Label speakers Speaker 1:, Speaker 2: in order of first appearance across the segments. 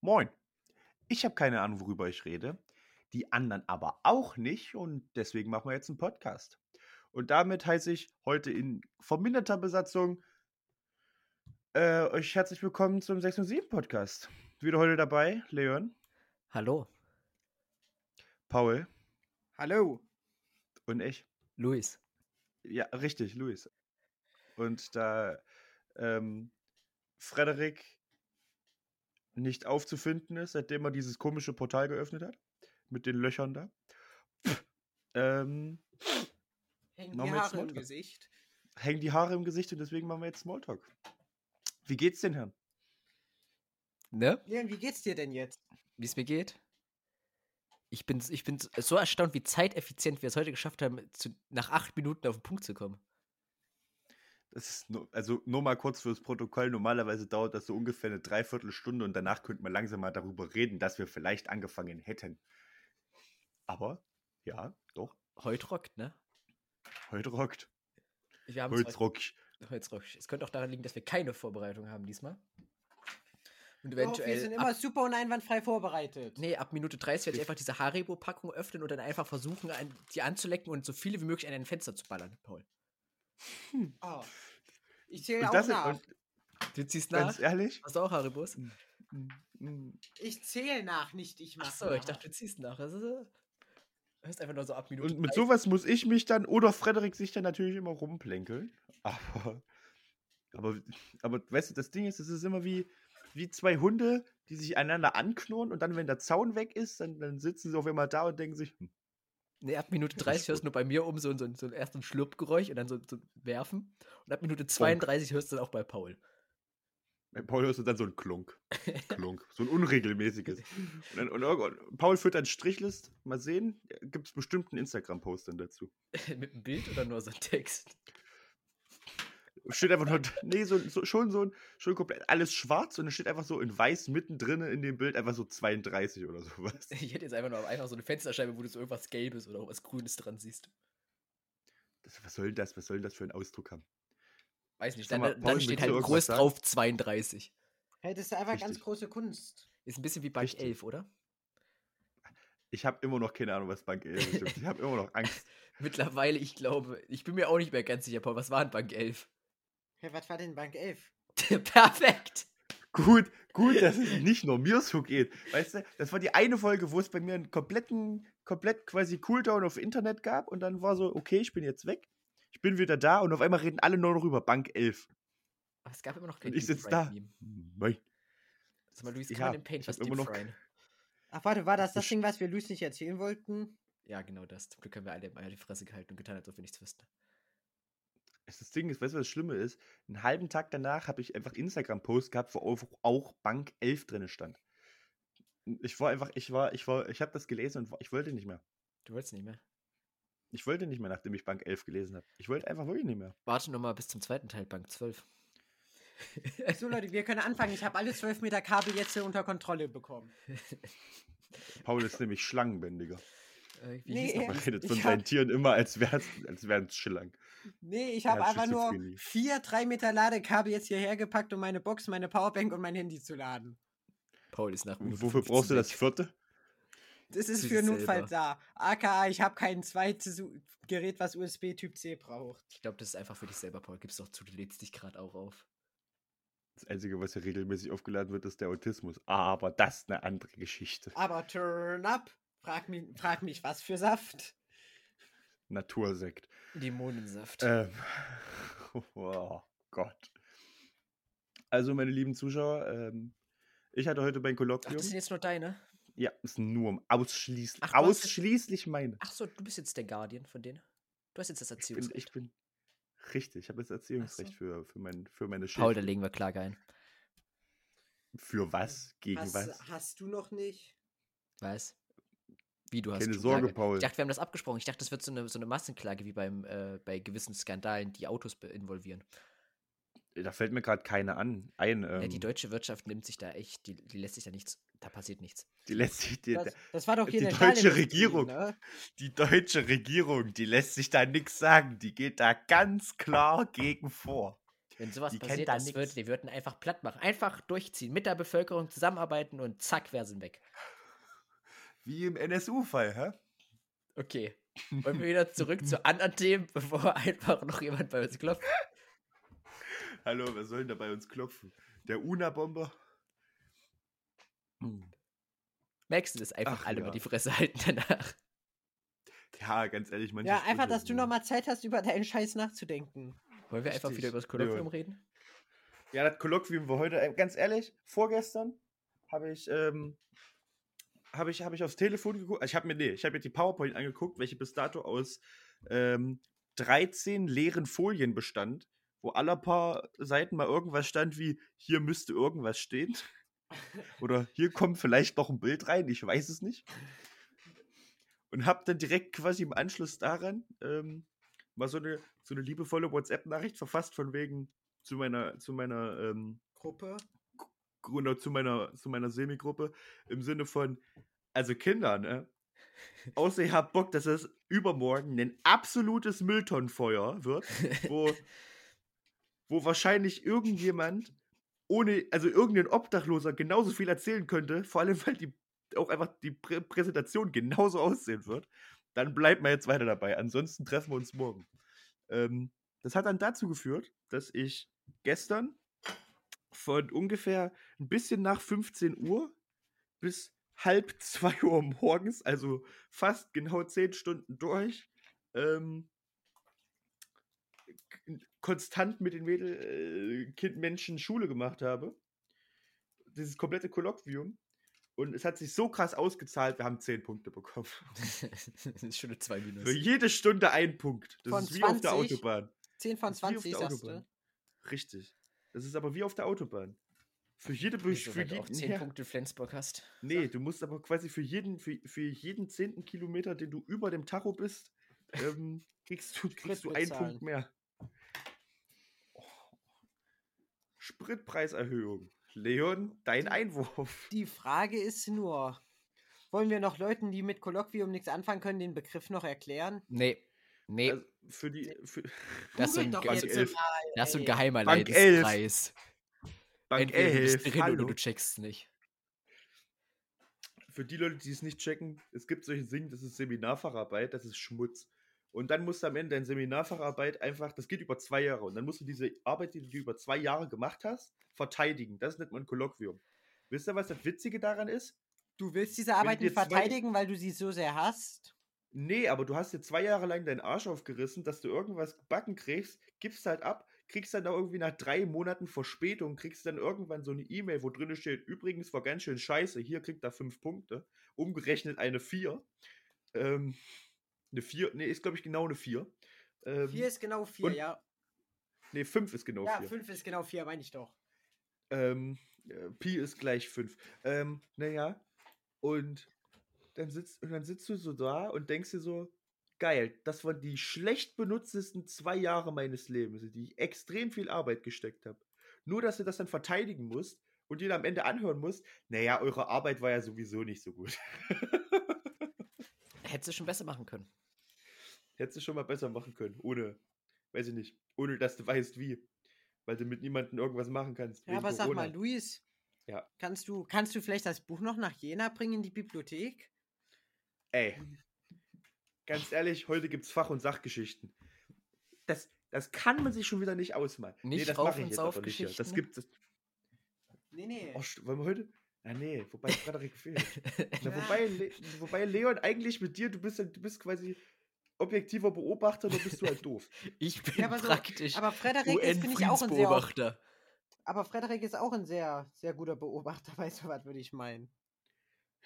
Speaker 1: Moin. Ich habe keine Ahnung, worüber ich rede, die anderen aber auch nicht und deswegen machen wir jetzt einen Podcast. Und damit heiße ich heute in verminderter Besatzung äh, euch herzlich willkommen zum 6 und 7 Podcast. Wieder heute dabei Leon,
Speaker 2: Hallo,
Speaker 1: Paul
Speaker 3: Hallo.
Speaker 1: und ich.
Speaker 2: Luis.
Speaker 1: Ja, richtig, Luis. Und da ähm, Frederik nicht aufzufinden ist, seitdem er dieses komische Portal geöffnet hat, mit den Löchern da, ähm,
Speaker 3: Hängen
Speaker 1: Machen
Speaker 3: die
Speaker 1: wir jetzt
Speaker 3: Haare im
Speaker 1: Smalltalk.
Speaker 3: Gesicht.
Speaker 1: hängen die Haare im Gesicht und deswegen machen wir jetzt Smalltalk. Wie geht's denn, Herrn?
Speaker 2: Ne?
Speaker 3: Leon, wie geht's dir denn jetzt?
Speaker 2: Wie es mir geht? Ich bin, ich bin so erstaunt, wie zeiteffizient wir es heute geschafft haben, zu, nach acht Minuten auf den Punkt zu kommen.
Speaker 1: Das ist nur, also nur mal kurz fürs Protokoll. Normalerweise dauert das so ungefähr eine Dreiviertelstunde und danach könnten wir langsam mal darüber reden, dass wir vielleicht angefangen hätten. Aber ja, doch,
Speaker 2: Heute rockt, ne?
Speaker 1: heute rockt.
Speaker 2: Wir haben's
Speaker 1: Heute rockt.
Speaker 2: heute- heute rockt. Es könnte auch daran liegen, dass wir keine Vorbereitung haben diesmal. Und
Speaker 3: Doch, wir
Speaker 2: eventuell.
Speaker 3: sind immer
Speaker 2: ab,
Speaker 3: super und einwandfrei vorbereitet.
Speaker 2: nee, ab Minute 30 werde ich
Speaker 1: Ich-
Speaker 2: einfach diese Haribo-Packung öffnen und dann einfach versuchen, an, die anzulecken und so viele wie möglich an ein Fenster zu ballern, Paul.
Speaker 3: Ah. Ich zähle
Speaker 1: Und
Speaker 3: auch
Speaker 1: das,
Speaker 3: nach. ne?
Speaker 1: und
Speaker 2: Du ziehst nach.
Speaker 1: ganz ehrlich,
Speaker 2: Hast du auch Haribos?
Speaker 3: ich zähle nach, nicht ich mache.
Speaker 2: Achso, ich dachte, du ziehst nach. Das ist, äh, hörst einfach nur so ab Minute
Speaker 1: und mit
Speaker 2: 30.
Speaker 1: sowas muss ich mich dann oder Frederik sich dann natürlich immer rumplänkeln. Aber, aber, aber weißt du, das Ding ist, es ist immer wie, wie zwei Hunde, die sich einander anknurren und dann, wenn der Zaun weg ist, dann, dann sitzen sie auf einmal da und denken sich, hm,
Speaker 2: Nee, ab Minute
Speaker 1: Das ist
Speaker 2: 30 hörst
Speaker 1: gut.
Speaker 2: du nur bei mir um so, ein- so, ein- so einen ersten Schlurpgeräusch und dann so, so ein werfen. Und ab Minute 32 hörst du dann auch bei Paul.
Speaker 1: bei Paul hörst du dann so ein Klunk. Klunk. So ein unregelmäßiges. Und, dann, und irgendwann- Paul führt dann Strichlist. Mal sehen, gibt es bestimmt einen Instagram-Post dann dazu.
Speaker 2: Mit einem Bild oder nur so ein Text?
Speaker 1: Steht einfach nur, nee, so, so, schon so, ein- schon komplett alles schwarz und dann steht einfach so in weiß mittendrin in dem Bild einfach so 32 oder sowas.
Speaker 2: Ich hätte jetzt einfach nur einfach so eine Fensterscheibe, wo du so irgendwas Gelbes oder was Grünes dran siehst.
Speaker 1: Das, was soll denn das? Was soll denn das für einen Ausdruck haben?
Speaker 2: Weiß nicht,
Speaker 1: Sag
Speaker 2: dann,
Speaker 1: mal, Paul,
Speaker 2: dann steht
Speaker 1: willst
Speaker 2: halt
Speaker 1: du irgendwas
Speaker 2: groß
Speaker 1: sagen?
Speaker 2: drauf 32.
Speaker 3: Hättest du einfach ganz
Speaker 1: Richtig.
Speaker 3: große Kunst.
Speaker 2: Ist ein bisschen wie Bank
Speaker 1: Richtig.
Speaker 2: 11, oder?
Speaker 1: Ich habe immer noch keine Ahnung, was Bank L ist. Ich habe immer noch Angst.
Speaker 2: Mittlerweile, ich glaube, ich bin mir auch nicht mehr ganz sicher, Paul, was war denn Bank 11?
Speaker 3: Hey, was war denn Bank 11?
Speaker 2: Perfekt!
Speaker 1: Gut, gut, dass es nicht nur mir so geht. Weißt du, das war die eine Folge, wo es bei mir einen kompletten, komplett quasi Cooldown auf Internet gab und dann war so, okay, ich bin jetzt weg. Ich bin wieder da und auf einmal reden alle nur noch über Bank 11.
Speaker 2: Aber es gab immer noch kein
Speaker 1: Und ich
Speaker 2: Deep
Speaker 1: sitz da.
Speaker 2: Fried-Meme.
Speaker 1: Mein
Speaker 2: Sag mal, Luis,
Speaker 1: Ja,
Speaker 2: kann man den Paint
Speaker 1: ich hab
Speaker 2: was
Speaker 1: immer noch-
Speaker 2: deepfryen?
Speaker 3: Ach, warte, war das das
Speaker 1: Ich-
Speaker 3: Ding, was wir Luis nicht erzählen wollten?
Speaker 2: Ja, genau das. Zum Glück haben wir alle im Eier die Fresse gehalten und getan, als ob wir nichts wüssten.
Speaker 1: Das das Ding ist, weißt du, was das Schlimme ist? Einen halben Tag danach habe ich einfach Instagram-Post gehabt, wo auch- auch Bank 11 drin stand. Ich war einfach, ich war, ich war, ich habe das gelesen und war, ich wollte nicht mehr.
Speaker 2: Du wolltest nicht mehr.
Speaker 1: Ich wollte nicht mehr, nachdem ich Bank 11 gelesen habe. Ich wollte einfach wirklich nicht mehr.
Speaker 2: Warte noch mal bis zum zweiten Teil, Bank 12.
Speaker 3: So, Leute, wir können anfangen. Ich habe alle 12 Meter Kabel jetzt hier unter Kontrolle bekommen.
Speaker 1: Paul ist nämlich Schlangenbändiger.
Speaker 2: Äh, wie
Speaker 3: Nee,
Speaker 2: hieß noch?
Speaker 1: Er redet von
Speaker 3: ich
Speaker 1: seinen
Speaker 3: hab-
Speaker 1: Tieren immer, als wären als wären's Schlangen.
Speaker 3: Nee, ich
Speaker 1: Ja,
Speaker 3: habe einfach nur
Speaker 1: Schizophrenie.
Speaker 3: vier 3 Meter Ladekabel jetzt hierher gepackt, um meine Box, meine Powerbank und mein Handy zu laden.
Speaker 2: Paul ist nach
Speaker 1: Und
Speaker 2: Minute
Speaker 1: wofür
Speaker 2: 15
Speaker 1: brauchst du das
Speaker 2: weg.
Speaker 1: vierte?
Speaker 3: Das
Speaker 2: Für
Speaker 3: ist
Speaker 2: sich
Speaker 3: für Notfall
Speaker 2: selber.
Speaker 3: da. AKA, ich habe kein zweites U- Gerät, was USB Typ C braucht.
Speaker 2: Ich glaube, das ist einfach für dich selber, Paul. Gib's doch zu, du lädst dich gerade auch auf.
Speaker 1: Das Einzige, was hier regelmäßig aufgeladen wird, ist der Autismus. Aber das ist eine andere Geschichte.
Speaker 3: Aber turn up. Frag mich, frag mich was für Saft.
Speaker 1: Natursekt.
Speaker 2: Dämonensaft.
Speaker 1: Ähm, oh Gott. Also, meine lieben Zuschauer, ähm, ich hatte heute mein
Speaker 2: Ach,
Speaker 1: Kolloquium.
Speaker 2: das sind jetzt nur deine?
Speaker 1: ja, ist nur um ausschließlich,
Speaker 2: Ach, du hast jetzt-
Speaker 1: ausschließlich meine.
Speaker 2: Ach so, du bist jetzt der Guardian von denen? Du hast jetzt das
Speaker 1: Ich bin, ich
Speaker 2: Erziehungsrecht.
Speaker 1: bin richtig, ich habe das Erziehungsrecht
Speaker 2: so.
Speaker 1: für, für, mein, für meine
Speaker 2: Paul,
Speaker 1: Schäfer.
Speaker 2: da legen wir Klage ein.
Speaker 1: Für was? Gegen
Speaker 3: Hast,
Speaker 1: was?
Speaker 3: hast du noch nicht?
Speaker 2: Weiß. Wie, du hast
Speaker 1: Keine
Speaker 2: schon
Speaker 1: Sorge,
Speaker 2: Klage.
Speaker 1: Paul.
Speaker 2: Ich dachte, wir haben das abgesprochen. Ich dachte, das wird so eine, so eine Massenklage wie beim, äh, bei gewissen Skandalen, die Autos be- involvieren.
Speaker 1: Da fällt mir gerade keine an. Ein, ähm,
Speaker 2: Ja, die
Speaker 1: die,
Speaker 2: deutsche Wirtschaft nimmt sich da echt, die, die lässt sich da nichts, da passiert nichts.
Speaker 1: lässt sich, die,
Speaker 3: Das, das war doch hier
Speaker 1: die
Speaker 3: in der
Speaker 1: deutsche
Speaker 3: Stahlindustrie,
Speaker 1: Regierung.
Speaker 3: Ne?
Speaker 1: die deutsche Regierung, die lässt sich da nichts sagen. Die geht da ganz klar gegen vor.
Speaker 2: Wenn sowas
Speaker 1: Die kennt
Speaker 2: passiert,
Speaker 1: da
Speaker 2: das
Speaker 1: nix.
Speaker 2: würde, die würden einfach platt machen. Einfach durchziehen, mit der Bevölkerung zusammenarbeiten und zack, wer sind weg.
Speaker 1: Wie im NSU-Fall, hä?
Speaker 2: Okay. Wollen wir wieder zurück zu anderen Themen, bevor einfach noch jemand bei uns klopft?
Speaker 1: Hallo, wer soll denn da bei uns klopfen? Der Una-Bomber? Hm.
Speaker 2: Merkst du das einfach
Speaker 1: Ach,
Speaker 2: alle
Speaker 1: ja.
Speaker 2: mal die Fresse halten danach?
Speaker 1: Ja, ganz ehrlich, manche
Speaker 3: Ja, einfach,
Speaker 1: Sprüche
Speaker 3: dass du
Speaker 1: sind-
Speaker 3: nochmal Zeit hast, über deinen Scheiß nachzudenken.
Speaker 2: Wollen wir einfach
Speaker 1: Richtig.
Speaker 2: wieder über das Kolloquium
Speaker 1: Nö.
Speaker 2: reden?
Speaker 1: Ja, das Kolloquium war heute, äh, ganz ehrlich, vorgestern habe ich, ähm, habe ich, habe ich aufs Telefon geguckt. Ich habe mir, nee, ich habe mir die PowerPoint angeguckt, welche bis dato aus ähm, 13 leeren Folien bestand, wo aller paar Seiten mal irgendwas stand wie, hier müsste irgendwas stehen. Oder hier kommt vielleicht noch ein Bild rein, ich weiß es nicht. Und habe dann direkt quasi im Anschluss daran ähm, mal so eine, so eine liebevolle WhatsApp-Nachricht verfasst von wegen zu meiner, zu meiner ähm,
Speaker 3: Gruppe.
Speaker 1: Gründer zu meiner, zu meiner Semi-Gruppe im Sinne von, also Kinder, ne? Außer ihr habt Bock, dass es übermorgen ein absolutes Mülltonnenfeuer wird, wo, wo wahrscheinlich irgendjemand ohne, also irgendein Obdachloser genauso viel erzählen könnte, vor allem weil die auch einfach die Prä Präsentation genauso aussehen wird, dann bleibt man jetzt weiter dabei. Ansonsten treffen wir uns morgen. Ähm, das hat dann dazu geführt, dass ich gestern von ungefähr ein bisschen nach 15 Uhr bis halb 2 Uhr morgens, also fast genau 10 Stunden durch, ähm, k- konstant mit den Mädel, äh, kind, Menschen Schule gemacht habe. Dieses komplette Kolloquium. Und es hat sich so krass ausgezahlt, wir haben 10 Punkte bekommen.
Speaker 2: das ist schon eine 2
Speaker 1: Für
Speaker 2: Minus.
Speaker 1: jede Stunde ein Punkt. Das
Speaker 3: Von
Speaker 1: ist wie auf der
Speaker 3: 20?
Speaker 1: Autobahn.
Speaker 3: 10 von
Speaker 1: Das ist wie auf
Speaker 3: 20,
Speaker 1: der
Speaker 3: sagst
Speaker 1: Autobahn.
Speaker 3: du.
Speaker 1: Richtig. Das ist aber wie auf der Autobahn. Für jede Be-
Speaker 2: Wieso,
Speaker 1: für
Speaker 2: wenn du auch
Speaker 1: jeden,
Speaker 2: 10
Speaker 1: ja,
Speaker 2: Punkte Flensburg hast.
Speaker 1: Nee, du musst aber quasi für jeden, für, für jeden zehnten Kilometer, den du über dem Tacho bist, ähm, kriegst du, kriegst du einen
Speaker 3: bezahlen.
Speaker 1: Punkt mehr. Oh. Spritpreiserhöhung. Leon,
Speaker 2: Hm.
Speaker 1: dein Einwurf.
Speaker 3: Die Frage ist nur, wollen wir noch Leuten, die mit Kolloquium nichts anfangen können, den Begriff noch erklären?
Speaker 2: Nee. Nee,
Speaker 1: Also für die für
Speaker 2: das ist so ein,
Speaker 3: Googelt doch
Speaker 1: Bank
Speaker 2: das
Speaker 3: jetzt
Speaker 2: ist
Speaker 1: 11.
Speaker 3: mal,
Speaker 2: so ein
Speaker 3: ey.
Speaker 2: geheimer
Speaker 1: Bank
Speaker 2: Leidenspreis.
Speaker 1: Bank
Speaker 2: Entweder du bist
Speaker 1: 11.
Speaker 2: drin oder
Speaker 1: hallo.
Speaker 2: du checkst nicht.
Speaker 1: Für die Leute, die es nicht checken, es gibt solche Singen, das ist Seminarfacharbeit, das ist Schmutz. Und dann musst du am Ende deine Seminarfacharbeit einfach, das geht über zwei Jahre, und dann musst du diese Arbeit, die du über zwei Jahre gemacht hast, verteidigen. Das nennt man Kolloquium. Wisst ihr, was das Witzige daran ist?
Speaker 3: Du willst diese Arbeit
Speaker 1: dir
Speaker 3: nicht
Speaker 1: zwei-
Speaker 3: verteidigen, weil du sie so sehr
Speaker 1: Nee,
Speaker 3: hast?
Speaker 1: Ne, aber du hast dir zwei Jahre lang deinen Arsch aufgerissen, dass du irgendwas gebacken kriegst, gibst halt ab, kriegst dann da irgendwie nach drei Monaten Verspätung, kriegst dann irgendwann so eine E-Mail, wo drin steht, übrigens war ganz schön scheiße, hier kriegt er fünf Punkte, umgerechnet eine vier. Ähm, eine vier, nee, ist glaube ich genau eine vier. Ähm,
Speaker 3: Vier ist genau vier,
Speaker 1: Und-
Speaker 3: ja.
Speaker 1: nee, fünf ist genau
Speaker 3: Ja,
Speaker 1: vier.
Speaker 3: fünf ist genau vier, meine ich doch.
Speaker 1: ähm, äh, Pi ist gleich 5. Ähm, naja, und dann, sitzt, und dann sitzt du so da und denkst dir so, geil, das waren die schlecht benutztesten zwei Jahre meines Lebens, in die ich extrem viel Arbeit gesteckt habe. Nur, dass du das dann verteidigen musst und dir dann am Ende anhören musst, naja, eure Arbeit war ja sowieso nicht so gut.
Speaker 2: Hättest du schon besser machen können.
Speaker 1: Hättest du schon mal besser machen können, ohne, weiß ich nicht, ohne dass du weißt wie. Weil du mit niemandem irgendwas machen kannst.
Speaker 3: Ja,
Speaker 1: wegen
Speaker 3: aber sag
Speaker 1: Corona.
Speaker 3: mal, Luis,
Speaker 1: Ja.
Speaker 3: kannst, du, kannst du vielleicht das Buch noch nach Jena bringen in die Bibliothek?
Speaker 1: Ey. Ganz ehrlich, heute gibt's Fach- und Sachgeschichten. Das, das kann man sich schon wieder nicht ausmalen.
Speaker 2: Nicht
Speaker 1: das
Speaker 2: Rauf-
Speaker 1: mache ich
Speaker 2: und ne?
Speaker 1: jetzt aber nicht hier. Das
Speaker 2: Saufgeschichten?
Speaker 1: gibt es.
Speaker 3: Nee, nee.
Speaker 1: Oh, st- wollen wir heute? Ah, nee, wobei Frederik fehlt. Na, wobei, Le wobei Leon, eigentlich mit dir, du bist, ja- du bist quasi objektiver Beobachter, da bist du halt doof.
Speaker 2: Ich bin
Speaker 3: aber so-
Speaker 2: praktisch
Speaker 3: aber Frederik ist, finde ich, auch ein sehr, auf-
Speaker 2: UN-Friedensbeobachter.
Speaker 3: aber Frederik ist auch ein sehr, sehr guter Beobachter bei sowas, würde ich meinen.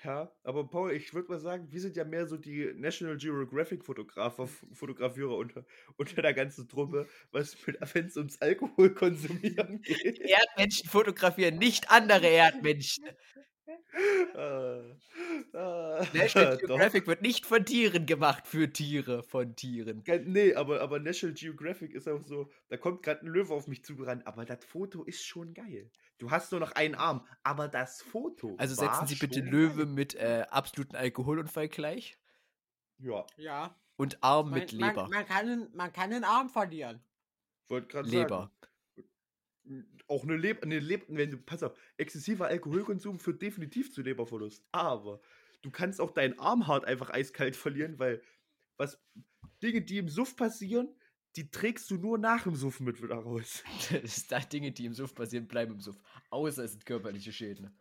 Speaker 1: Ja, aber Paul, ich würde mal sagen, wir sind ja mehr so die National Geographic Fotografer, F- Fotografierer unter, unter der ganzen Truppe, was wenn es ums Alkohol konsumieren geht.
Speaker 2: Erdmenschen fotografieren nicht andere Erdmenschen.
Speaker 1: Äh, äh,
Speaker 2: National
Speaker 1: doch.
Speaker 2: Ne, Geographic wird nicht von Tieren gemacht, für Tiere, von Tieren.
Speaker 1: Ge- äh, Nee, aber, aber National Geographic ist auch so, da kommt gerade ein Löwe auf mich zugerannt, aber das Foto ist schon geil. Du hast nur noch einen Arm, aber das Foto.
Speaker 2: Also
Speaker 1: war
Speaker 2: setzen Sie bitte
Speaker 1: schon
Speaker 2: Löwe
Speaker 1: geil.
Speaker 2: mit äh, absoluten Alkoholunfall gleich
Speaker 1: Ja,
Speaker 3: Ja.
Speaker 2: und Arm
Speaker 3: Man,
Speaker 2: mit
Speaker 3: man-
Speaker 2: Leber.
Speaker 3: Man, kann, einen- man kann den Arm verlieren.
Speaker 1: wollte gerade sagen.
Speaker 2: Leber.
Speaker 1: Auch eine Leber, eine Leber, wenn du, pass auf, exzessiver Alkoholkonsum führt definitiv zu Leberverlust. Aber du kannst auch deinen Arm hart einfach eiskalt verlieren, weil was Dinge, die im Suff passieren, die trägst du nur nach dem Suff mit wieder raus.
Speaker 2: Das sind da Dinge, die im Suff passieren, bleiben im Suff. Außer es sind körperliche Schäden.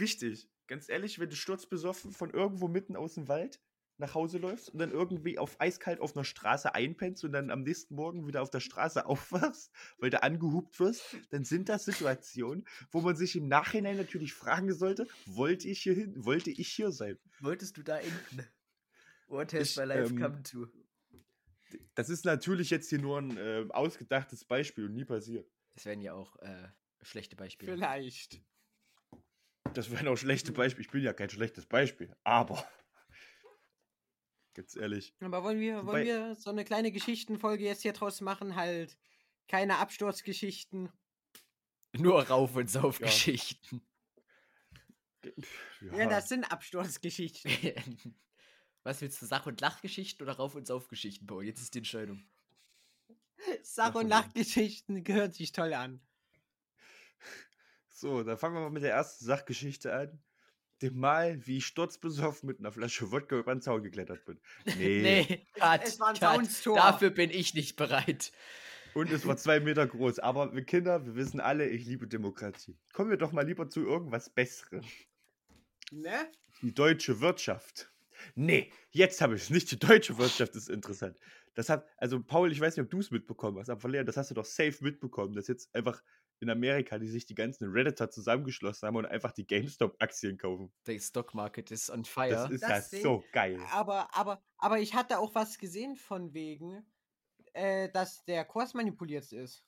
Speaker 1: Richtig. Ganz ehrlich, wenn du sturzbesoffen von irgendwo mitten aus dem Wald nach Hause läufst und dann irgendwie auf eiskalt auf einer Straße einpennst und dann am nächsten Morgen wieder auf der Straße aufwachst, weil du angehupt wirst, dann sind das Situationen, wo man sich im Nachhinein natürlich fragen sollte, wollte ich hier hin, wollte ich hier sein?
Speaker 2: Wolltest du da enden? What has
Speaker 1: Ich,
Speaker 2: my life
Speaker 1: ähm,
Speaker 2: come to?
Speaker 1: Das ist natürlich jetzt hier nur ein äh, ausgedachtes Beispiel und nie passiert.
Speaker 2: Das wären ja auch äh, schlechte Beispiele.
Speaker 3: Vielleicht.
Speaker 1: Das wären auch schlechte Beispiele. Ich bin ja kein schlechtes Beispiel, aber ganz ehrlich,
Speaker 3: Aber wollen wir,
Speaker 1: Wobei-
Speaker 3: wollen wir so eine kleine Geschichtenfolge jetzt hier draus machen? Halt keine Absturzgeschichten.
Speaker 2: Nur Rauf- und Saufgeschichten.
Speaker 3: Ja. das sind Absturzgeschichten.
Speaker 2: Was willst du, Sach- und Lachgeschichten oder Rauf- und Saufgeschichten bauen? Jetzt ist die Entscheidung.
Speaker 3: Sach-
Speaker 1: Machen wir.
Speaker 3: und Lachgeschichten gehört sich toll an.
Speaker 1: So, dann fangen wir mal mit der ersten Sachgeschichte an. Dem Mal, wie ich sturzbesoffen mit einer Flasche Wodka über den Zaun geklettert bin. Nee.
Speaker 2: cut,
Speaker 3: Es war ein
Speaker 2: cut.
Speaker 3: Zaunstor.
Speaker 2: Dafür bin ich nicht bereit.
Speaker 1: Und es war zwei Meter groß. Aber wir Kinder, wir wissen alle, ich liebe Demokratie. Kommen wir doch mal lieber zu irgendwas Besserem.
Speaker 3: Ne?
Speaker 1: Die deutsche Wirtschaft. Nee, jetzt habe ich es nicht. Die deutsche Wirtschaft ist interessant. Das hat, also Paul, ich weiß nicht, ob du es mitbekommen hast, aber Leon, das hast du doch safe mitbekommen, dass jetzt einfach in Amerika, die sich die ganzen Redditor zusammengeschlossen haben und einfach die GameStop-Aktien kaufen.
Speaker 2: Der Stock Market ist on
Speaker 1: Das
Speaker 2: fire.
Speaker 1: ist
Speaker 3: Das
Speaker 1: ja
Speaker 3: seh-
Speaker 1: so geil.
Speaker 3: Aber, aber, aber ich hatte auch was gesehen von wegen, äh, dass der Kurs manipuliert ist.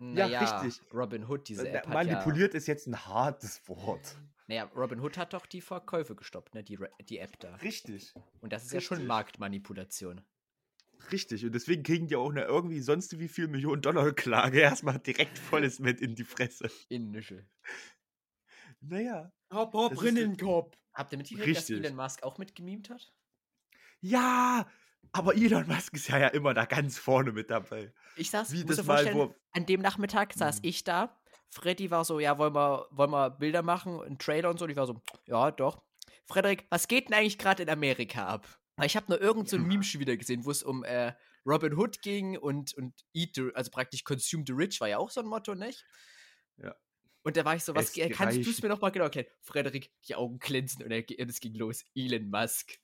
Speaker 1: Ja, richtig.
Speaker 2: Robin Hood, diese
Speaker 1: Na,
Speaker 2: App hat ja,
Speaker 1: Äh, Manipuliert ist jetzt ein hartes Wort.
Speaker 2: Naja, Robin Hood hat doch die Verkäufe gestoppt, ne? Die, Re- die App da.
Speaker 1: Richtig.
Speaker 2: Und das ist ja schon
Speaker 1: richtig.
Speaker 2: Marktmanipulation.
Speaker 1: Richtig. Und deswegen kriegen die auch eine irgendwie sonst wie viel Millionen Dollar Klage erstmal direkt volles mit in die Fresse.
Speaker 2: In Nischel.
Speaker 1: Naja.
Speaker 3: Hopp, hopp,
Speaker 1: Das ist-
Speaker 3: Rinnenkopf.
Speaker 2: Habt ihr mitgekriegt, dass
Speaker 1: Richtig.
Speaker 2: Elon Musk auch mitgemimt hat?
Speaker 1: Ja! Aber Elon Musk ist ja, ja immer da ganz vorne mit dabei.
Speaker 2: Ich saß,
Speaker 1: Wie
Speaker 2: musst
Speaker 1: das
Speaker 2: dir
Speaker 1: Mal,
Speaker 2: vorstellen,
Speaker 1: wo.
Speaker 2: an dem Nachmittag saß
Speaker 1: Mhm.
Speaker 2: ich da. Freddy war so, ja, wollen wir, wollen wir Bilder machen, einen Trailer und so. Und ich war so, ja, doch. Frederik, was geht denn eigentlich gerade in Amerika ab? Weil Ich habe nur irgend so ein Meme schon wieder gesehen, wo es um äh, Robin Hood ging und, und Eat the, also praktisch Consume the Rich war ja auch so ein Motto, nicht?
Speaker 1: Ja.
Speaker 2: Und da war ich so, was
Speaker 1: Es
Speaker 2: ge- kannst du es
Speaker 1: reichen-
Speaker 2: mir nochmal genau erklären? Frederik, die Augen glänzen und er, ge- und es ging los. Elon Musk.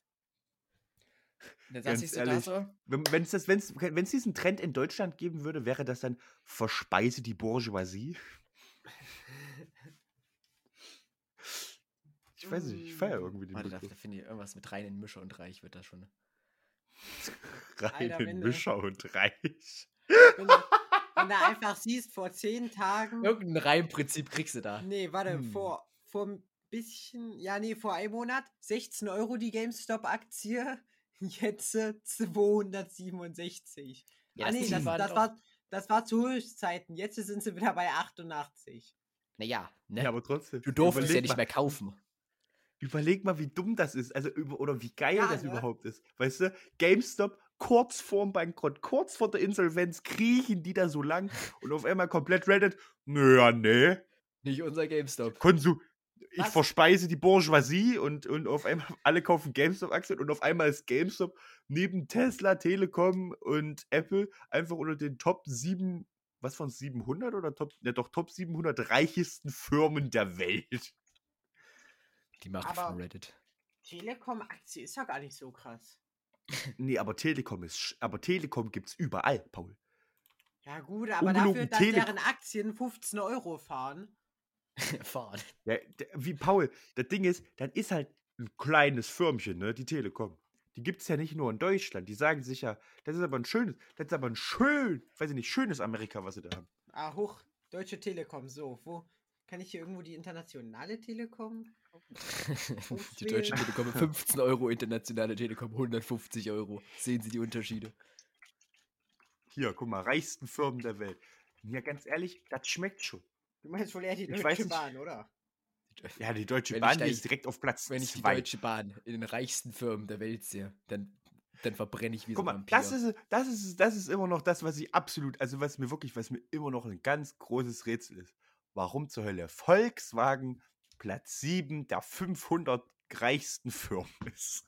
Speaker 2: Und dann saß
Speaker 1: Ganz
Speaker 2: ich so
Speaker 1: ehrlich,
Speaker 2: da so.
Speaker 1: Wenn es das, wenn's, wenn's diesen Trend in Deutschland geben würde, wäre das dann verspeise die Bourgeoisie? Ich weiß nicht, ich feiere irgendwie den
Speaker 2: Warte, da, da
Speaker 1: Begriff.
Speaker 2: finde ich irgendwas mit rein in Mische und Reich wird da schon.
Speaker 3: Alter, wenn
Speaker 1: Reinen
Speaker 3: du-
Speaker 1: Mischer und Reich.
Speaker 3: Wenn du, wenn du einfach siehst, vor zehn Tagen.
Speaker 2: Irgendein Reimprinzip kriegst du da.
Speaker 3: Nee, warte,
Speaker 1: Hm.
Speaker 3: vor, vor ein bisschen, ja, nee, vor einem Monat 16 Euro die GameStop-Aktie, jetzt äh, 267.
Speaker 2: Ja,
Speaker 3: ah, nee,
Speaker 2: die
Speaker 3: das,
Speaker 2: waren
Speaker 3: das,
Speaker 2: doch-
Speaker 3: war, das war zu Höchstzeiten, jetzt sind sie wieder bei 88.
Speaker 2: Naja, ne?
Speaker 1: Ja, aber trotzdem.
Speaker 2: du durftest
Speaker 1: überleg
Speaker 2: ja nicht
Speaker 1: mal,
Speaker 2: mehr kaufen.
Speaker 1: Überleg mal, wie dumm das ist. Also, über, oder wie geil
Speaker 3: Ja,
Speaker 1: das
Speaker 3: ne?
Speaker 1: überhaupt ist. Weißt du, GameStop kurz vorm Bankrott, kurz vor der Insolvenz, kriechen die da so lang und auf einmal komplett Reddit. Naja, nee.
Speaker 2: Nicht unser GameStop.
Speaker 1: Konsum. Ich
Speaker 3: Was?
Speaker 1: verspeise die Bourgeoisie und, und auf einmal alle kaufen GameStop-Aktien und auf einmal ist GameStop neben Tesla, Telekom und Apple einfach unter den Top 7, was von 700 oder Top, ja doch Top 700 reichsten Firmen der Welt.
Speaker 2: Die Macht
Speaker 3: Aber-
Speaker 2: von Reddit.
Speaker 3: Telekom-Aktie ist ja gar nicht so krass.
Speaker 1: Nee, aber Telekom ist. sch- Aber Telekom gibt's überall, Paul.
Speaker 3: Ja, gut, aber dafür,
Speaker 1: Ungelogen,
Speaker 3: dass
Speaker 1: Tele-
Speaker 3: deren Aktien 15 Euro fahren.
Speaker 2: Fahren.
Speaker 1: Ja, d- wie Paul, das Ding ist, das ist halt ein kleines Firmchen, ne? Die Telekom. Die gibt's ja nicht nur in Deutschland. Die sagen sich ja, das ist aber ein schönes, das ist aber ein schön, weiß ich nicht, schönes Amerika, was sie da haben.
Speaker 3: Ah, hoch, Deutsche Telekom, so, wo kann ich hier irgendwo die internationale Telekom?
Speaker 2: die Deutsche Telekom 15 Euro, internationale Telekom 150 Euro. Sehen Sie die Unterschiede?
Speaker 1: Hier, guck mal, reichsten Firmen der Welt. Ja, ganz ehrlich, das schmeckt schon.
Speaker 3: Du meinst wohl eher die
Speaker 1: Ich weiß
Speaker 3: Deutsche
Speaker 1: nicht.
Speaker 3: Bahn, oder?
Speaker 1: Ja, die Deutsche
Speaker 2: Wenn ich
Speaker 1: Bahn
Speaker 2: da-
Speaker 1: die ist direkt auf Platz
Speaker 2: Wenn ich die
Speaker 1: zwei.
Speaker 2: Deutsche Bahn in den reichsten Firmen der Welt sehe, dann dann verbrenne ich wie
Speaker 1: Guck
Speaker 2: so ein
Speaker 1: mal,
Speaker 2: Vampir.
Speaker 1: das ist, das, ist, das ist immer noch das, was ich absolut, also was mir wirklich, was mir immer noch ein ganz großes Rätsel ist. Warum zur Hölle Volkswagen Platz 7 der 500 reichsten Firmen ist?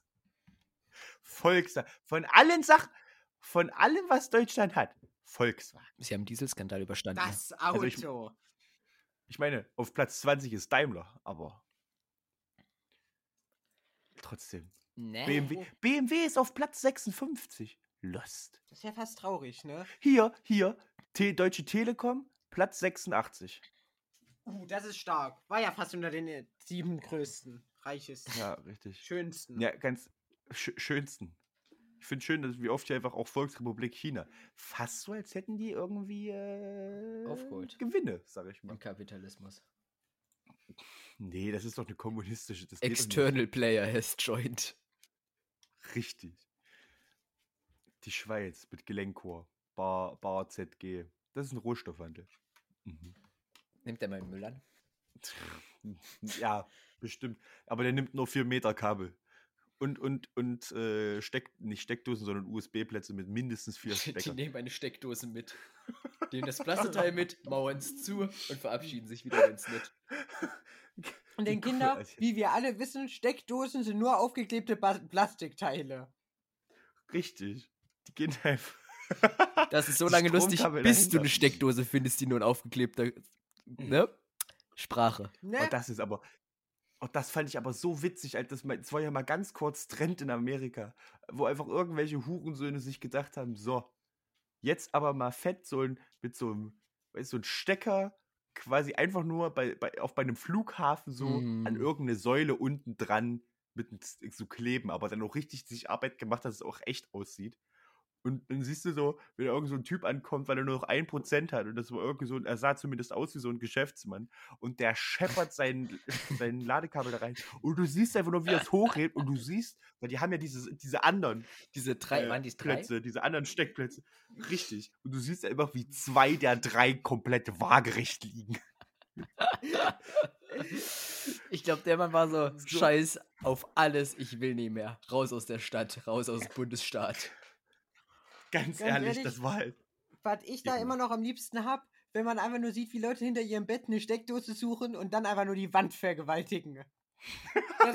Speaker 1: Volkswagen. Von allen Sachen, von allem, was Deutschland hat, Volkswagen.
Speaker 2: Sie haben Dieselskandal überstanden.
Speaker 3: Das Auto.
Speaker 1: Also ich- Ich meine, auf Platz 20 ist Daimler, aber trotzdem.
Speaker 3: Ne?
Speaker 2: nee.
Speaker 1: BMW, BMW ist auf Platz 56. Lost.
Speaker 3: das ist ja fast traurig, ne?
Speaker 1: Hier, hier, Te Deutsche Telekom, Platz 86.
Speaker 3: Uh, das ist stark. War ja fast unter den äh, sieben größten, reichesten,
Speaker 1: Ja, richtig.
Speaker 3: schönsten.
Speaker 1: Ja, ganz sch schönsten. Ich finde schön, dass wie oft hier einfach auch Volksrepublik China. Fast so, als hätten die irgendwie äh,
Speaker 2: Aufgeholt.
Speaker 1: Gewinne, sag ich mal.
Speaker 2: Im Kapitalismus.
Speaker 1: Nee, das ist doch eine kommunistische. Das geht doch nicht.
Speaker 2: External Player has joined.
Speaker 1: Richtig. Die Schweiz mit Glencore, Bar, Bar ZG. Das ist ein Rohstoffhandel. Mhm.
Speaker 2: Nimmt er meinen Müll an?
Speaker 1: Ja, bestimmt. Aber der nimmt nur 4 Meter Kabel. Und, und, und äh, steckt nicht Steckdosen, sondern USB-Plätze mit mindestens vier
Speaker 2: Die ne
Speaker 1: Steckern.
Speaker 2: nehmen eine Steckdose mit. Nehmen das Plasteteil mit, mauern es zu und verabschieden sich wieder ins Netz.
Speaker 3: Und
Speaker 1: Wie
Speaker 3: den
Speaker 1: cool,
Speaker 3: Kindern,
Speaker 1: Alter.
Speaker 3: wie wir alle wissen, Steckdosen sind nur aufgeklebte ba Plastikteile.
Speaker 1: Richtig. Die gehen einfach.
Speaker 2: Das ist so
Speaker 1: Das
Speaker 2: lange lustig,
Speaker 1: Stromkabel
Speaker 2: bis du eine
Speaker 1: dahinter.
Speaker 2: Steckdose findest, die nur ein aufgeklebter. Ne? Sprache.
Speaker 3: Ne?
Speaker 1: Oh, das ist aber. Oh, das fand ich aber so witzig, als das, mal, das war ja mal ganz kurz Trend in Amerika, wo einfach irgendwelche Hurensöhne sich gedacht haben, so, jetzt aber mal fett so ein, mit so einem, weißt, du, so ein Stecker quasi einfach nur bei, bei, auf bei einem Flughafen so
Speaker 2: Mhm.
Speaker 1: an irgendeine Säule unten dran mit n- so kleben, aber dann auch richtig sich Arbeit gemacht, dass es auch echt aussieht. Und dann siehst du so, wenn irgend so ein Typ ankommt, weil er nur noch ein Prozent hat und das war irgendwie so ein, er sah zumindest aus wie so ein Geschäftsmann und der scheppert sein, sein Ladekabel da rein und du siehst einfach nur, wie er es hochhebt und du siehst, weil die haben ja diese, diese anderen
Speaker 2: Diese drei,
Speaker 1: äh,
Speaker 2: waren die drei?
Speaker 1: Plätze, diese anderen Steckplätze. Richtig. Und du siehst einfach, wie zwei der drei komplett waagerecht liegen.
Speaker 2: Ich glaube, der Mann war so,
Speaker 1: So.
Speaker 2: scheiß auf alles, ich will nie mehr. Raus aus der Stadt, raus aus dem Bundesstaat.
Speaker 1: Ganz,
Speaker 3: Ganz
Speaker 1: ehrlich,
Speaker 3: ehrlich?
Speaker 1: das war halt.
Speaker 3: Was ich da
Speaker 1: Eben.
Speaker 3: immer noch am liebsten hab, wenn man einfach nur sieht, wie Leute hinter ihrem Bett eine Steckdose suchen und dann einfach nur die Wand vergewaltigen. Das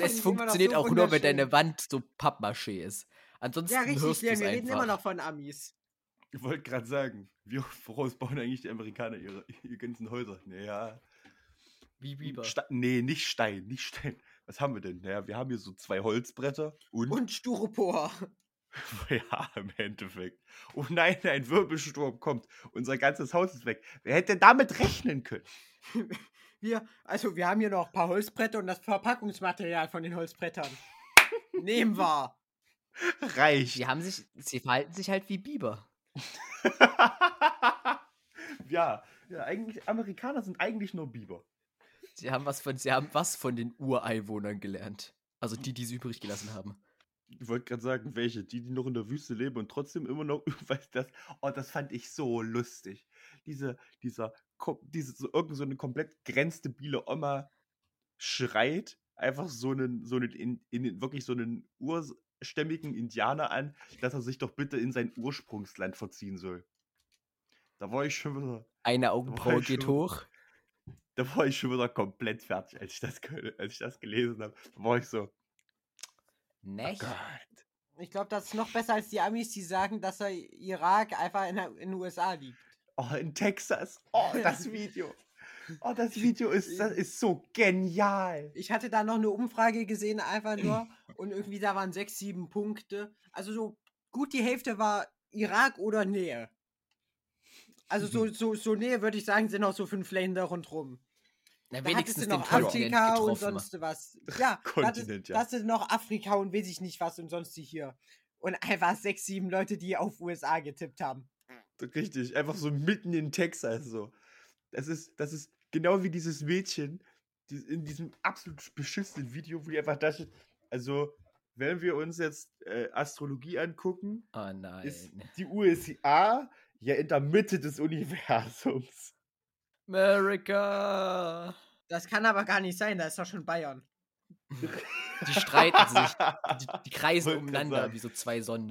Speaker 2: Das
Speaker 3: find ich immer noch
Speaker 2: funktioniert
Speaker 3: so
Speaker 2: auch nur, wenn
Speaker 3: wunderschön.
Speaker 2: deine Wand so Pappmaché ist. Ansonsten
Speaker 3: Ja,
Speaker 2: hörst
Speaker 3: richtig,
Speaker 2: du
Speaker 3: wir
Speaker 2: es
Speaker 3: wir reden
Speaker 2: einfach.
Speaker 3: immer noch von Amis.
Speaker 1: Ich wollte gerade sagen, wie voraus bauen eigentlich die Amerikaner ihre, ihre ganzen Häuser? Naja.
Speaker 2: Wie Bieber.
Speaker 1: Ste nee, nicht Stein, nicht Stein. Was haben wir denn? Naja, wir haben hier so zwei Holzbretter und.
Speaker 2: Hm?
Speaker 3: Und Styropor.
Speaker 1: Ja, im Endeffekt. Oh nein, ein Wirbelsturm kommt. Unser ganzes Haus ist weg. Wer hätte denn damit rechnen können?
Speaker 3: Wir, also wir haben hier noch ein paar Holzbretter und das Verpackungsmaterial von den Holzbrettern. Nehmen wir.
Speaker 1: Reicht.
Speaker 2: Sie haben sich, sie verhalten sich halt wie Biber.
Speaker 1: ja, ja, eigentlich, Amerikaner sind eigentlich nur Biber.
Speaker 2: Sie haben was von, sie haben was von den Ureinwohnern gelernt. Also die, die sie übrig gelassen haben.
Speaker 1: Ich wollte gerade sagen, welche? Die, die noch in der Wüste leben und trotzdem immer noch, weiß das, oh, das fand ich so lustig. Diese, dieser, kom- diese, so, irgend so eine komplett grenzstabile Oma schreit einfach so einen, so einen, in, in, wirklich so einen urstämmigen Indianer an, dass er sich doch bitte in sein Ursprungsland verziehen soll. Da war ich schon wieder,
Speaker 2: Eine Augenbraue
Speaker 1: Voll
Speaker 2: geht
Speaker 1: schön.
Speaker 2: hoch.
Speaker 1: da war ich schon wieder komplett fertig, als ich das, ge- als ich das gelesen habe. Da war ich so, oh
Speaker 2: Nicht?
Speaker 1: Gott.
Speaker 3: Ich glaube, das ist noch besser als die Amis, die sagen, dass der Irak einfach in, der- in den USA liegt.
Speaker 1: Oh, in Texas. Oh, das Video. Oh, das Video ist, das ist so genial.
Speaker 3: Ich hatte da noch eine Umfrage gesehen, einfach nur. Und irgendwie da waren sechs, sieben Punkte. Also so gut die Hälfte war Irak oder Nähe. Also so, so, so Nähe würde ich sagen, sind noch so fünf Länder rundrum.
Speaker 2: Na,
Speaker 3: Da
Speaker 2: wenigstens den
Speaker 3: hattest du noch
Speaker 2: Kontinent
Speaker 3: Afrika und
Speaker 2: getroffen.
Speaker 3: sonst was. Ja,
Speaker 1: Kontinent,
Speaker 3: Kontinent,
Speaker 1: ja.
Speaker 3: das ist noch Afrika und weiß ich nicht was und sonst die hier. Und einfach sechs, sieben Leute, die auf USA getippt haben.
Speaker 1: Richtig, einfach so mitten in Texas so. Das ist, das ist genau wie dieses Mädchen die in diesem absolut beschissenen Video, wo die einfach da steht. Also, wenn wir uns jetzt äh, Astrologie angucken,
Speaker 2: oh nein.
Speaker 1: ist die USA ja in der Mitte des Universums.
Speaker 2: America!
Speaker 3: Das kann aber gar nicht sein, da ist doch schon Bayern.
Speaker 2: Die streiten sich, die, die kreisen
Speaker 1: Wollte grad
Speaker 2: umeinander
Speaker 1: sagen.
Speaker 2: wie so zwei Sonnen.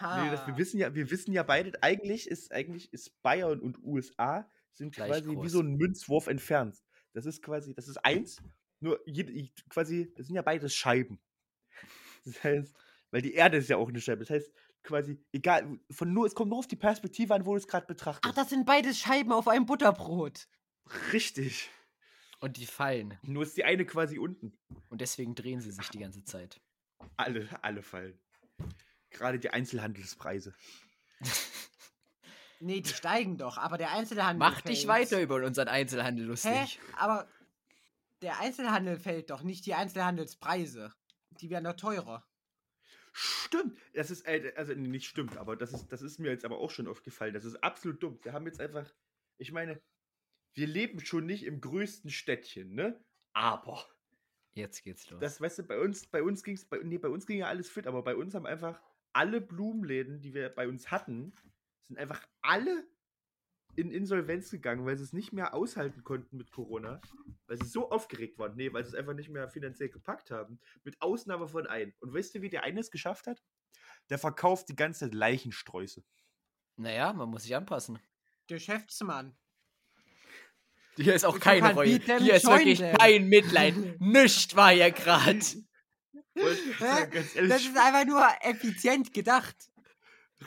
Speaker 1: Nee, das,
Speaker 2: Ah.
Speaker 1: wir, wissen ja, wir wissen ja beide, eigentlich ist, eigentlich ist Bayern und USA sind
Speaker 2: Gleich
Speaker 1: quasi wie
Speaker 2: groß.
Speaker 1: so ein Münzwurf entfernt. Das ist quasi, das ist eins, nur jede, ich- quasi, das sind ja beides Scheiben. Das heißt, weil die Erde ist ja auch eine Scheibe. Das heißt, quasi, egal, von nur, es kommt nur auf die Perspektive an, wo du es gerade
Speaker 3: Ach,
Speaker 1: betrachtest.
Speaker 3: das sind beides Scheiben auf einem Butterbrot.
Speaker 1: Richtig.
Speaker 2: Und die fallen.
Speaker 1: Nur ist die eine quasi unten.
Speaker 2: Und deswegen drehen sie sich die ganze Zeit.
Speaker 1: Alle, alle fallen. Gerade die Einzelhandelspreise.
Speaker 3: Nee, die steigen doch, aber der Einzelhandel.
Speaker 2: Mach dich
Speaker 3: fällt.
Speaker 2: weiter über unseren Einzelhandel
Speaker 3: Hä?
Speaker 2: lustig.
Speaker 3: Aber der Einzelhandel fällt doch, nicht die Einzelhandelspreise. Die werden doch teurer.
Speaker 1: Stimmt. Das ist, äh, also nee, nicht stimmt, aber das ist, das ist mir jetzt aber auch schon aufgefallen. Das ist absolut dumm. Wir haben jetzt einfach, ich meine, wir leben schon nicht im größten Städtchen, ne? Aber.
Speaker 2: Jetzt geht's los.
Speaker 1: Das, weißt du, bei uns, bei uns ging's, bei, nee, bei uns ging ja alles fit, aber bei uns haben einfach alle Blumenläden, die wir bei uns hatten, sind einfach alle in Insolvenz gegangen, weil sie es nicht mehr aushalten konnten mit Corona, weil sie so aufgeregt waren, nee, weil sie es einfach nicht mehr finanziell gepackt haben, mit Ausnahme von einem. Und weißt du, wie der eine es geschafft hat? Der verkauft die ganze Zeit Leichensträuße.
Speaker 2: naja, man muss sich anpassen.
Speaker 3: Der Geschäftsmann.
Speaker 2: Hier ist auch
Speaker 3: Ich
Speaker 2: keine
Speaker 3: kann
Speaker 2: Reue.
Speaker 3: bieten,
Speaker 2: Hier ist
Speaker 3: join
Speaker 2: wirklich
Speaker 3: them.
Speaker 2: kein Mitleid. Nicht war ja grad.
Speaker 1: Wollte ich sagen, ganz ehrlich,
Speaker 3: Das ist einfach nur effizient gedacht.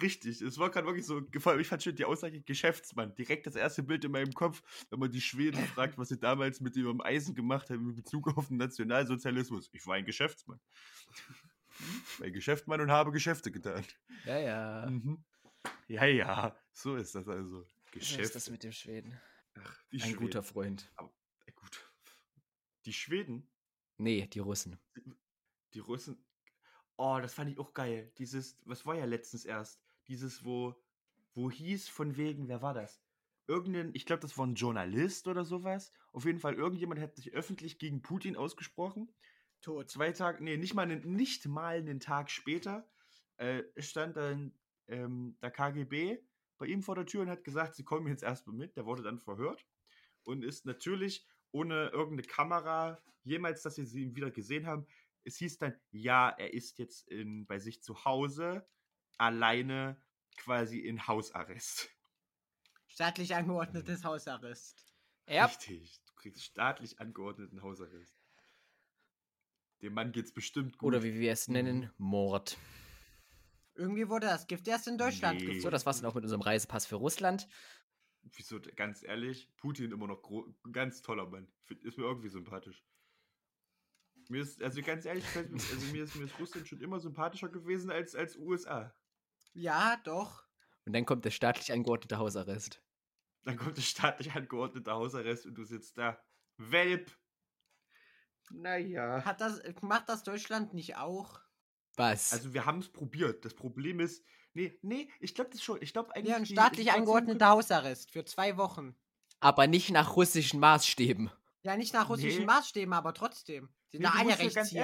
Speaker 1: Richtig, es war gerade wirklich so gefallen. Ich fand schön die Aussage Geschäftsmann. Direkt das erste Bild in meinem Kopf, wenn man die Schweden fragt, was sie damals mit ihrem Eisen gemacht haben in Bezug auf den Nationalsozialismus. Ich war ein Geschäftsmann. Ich war ein Geschäftsmann und habe Geschäfte getan.
Speaker 2: Ja, ja.
Speaker 1: Mhm. Ja, ja, so ist das also.
Speaker 2: Was ist das
Speaker 1: Geschäfte.
Speaker 2: mit dem Schweden?
Speaker 1: Die
Speaker 2: Ein
Speaker 1: Schweden.
Speaker 2: guter Freund.
Speaker 1: Ja, Gut. Die Schweden,
Speaker 2: Nee, die Russen.
Speaker 1: die Russen. Oh, das fand ich auch geil. Dieses, was war ja letztens erst? Dieses, wo, wo hieß von wegen, wer war das? Irgendein, ich glaube, das war ein Journalist oder sowas. Auf jeden Fall, irgendjemand hat sich öffentlich gegen Putin ausgesprochen.
Speaker 3: Tot.
Speaker 1: Zwei Tage, nee, nicht mal, einen, nicht mal einen Tag später äh, stand dann ähm, der KGB bei ihm vor der Tür und hat gesagt, sie kommen jetzt erstmal mit. Der wurde dann verhört und ist natürlich ohne irgendeine Kamera jemals, dass wir sie ihn wieder gesehen haben. Es hieß dann, ja, er ist jetzt in, bei sich zu Hause alleine quasi in Hausarrest.
Speaker 3: Staatlich angeordnetes Hausarrest.
Speaker 2: Ja,
Speaker 1: Richtig. Du kriegst staatlich angeordneten Hausarrest. Dem Mann geht's bestimmt gut. Mhm.
Speaker 2: oder wie wir es nennen, Mord.
Speaker 3: Irgendwie wurde das Gift erst in Deutschland
Speaker 1: Nee.
Speaker 3: gefunden.
Speaker 2: So, das war's dann auch mit unserem Reisepass für Russland.
Speaker 1: Wieso, ganz ehrlich, Putin immer noch gro- ganz toller Mann. Find- Ist mir irgendwie sympathisch. Mir ist, also ganz ehrlich, fällt mir- also mir, ist, mir ist Russland schon immer sympathischer gewesen als, als USA.
Speaker 3: Ja, doch.
Speaker 2: Und dann kommt der staatlich angeordnete Hausarrest.
Speaker 1: Dann kommt der staatlich angeordnete Hausarrest und du sitzt da. Welp! Naja.
Speaker 3: Hat das, macht das Deutschland nicht auch?
Speaker 2: Was?
Speaker 1: Also wir haben es probiert. Das Problem ist, nee, nee, ich glaube das schon. Ich glaube eigentlich.
Speaker 3: Ja, ein
Speaker 1: die
Speaker 3: staatlich
Speaker 1: Informationen-
Speaker 3: angeordneter Hausarrest für zwei Wochen.
Speaker 2: Aber nicht nach russischen Maßstäben.
Speaker 3: Ja, nicht nach russischen
Speaker 1: Nee.
Speaker 3: Maßstäben, aber trotzdem. Sind
Speaker 1: Nee,
Speaker 3: da
Speaker 1: du
Speaker 3: alle
Speaker 1: musst ja
Speaker 3: Rechtszieher.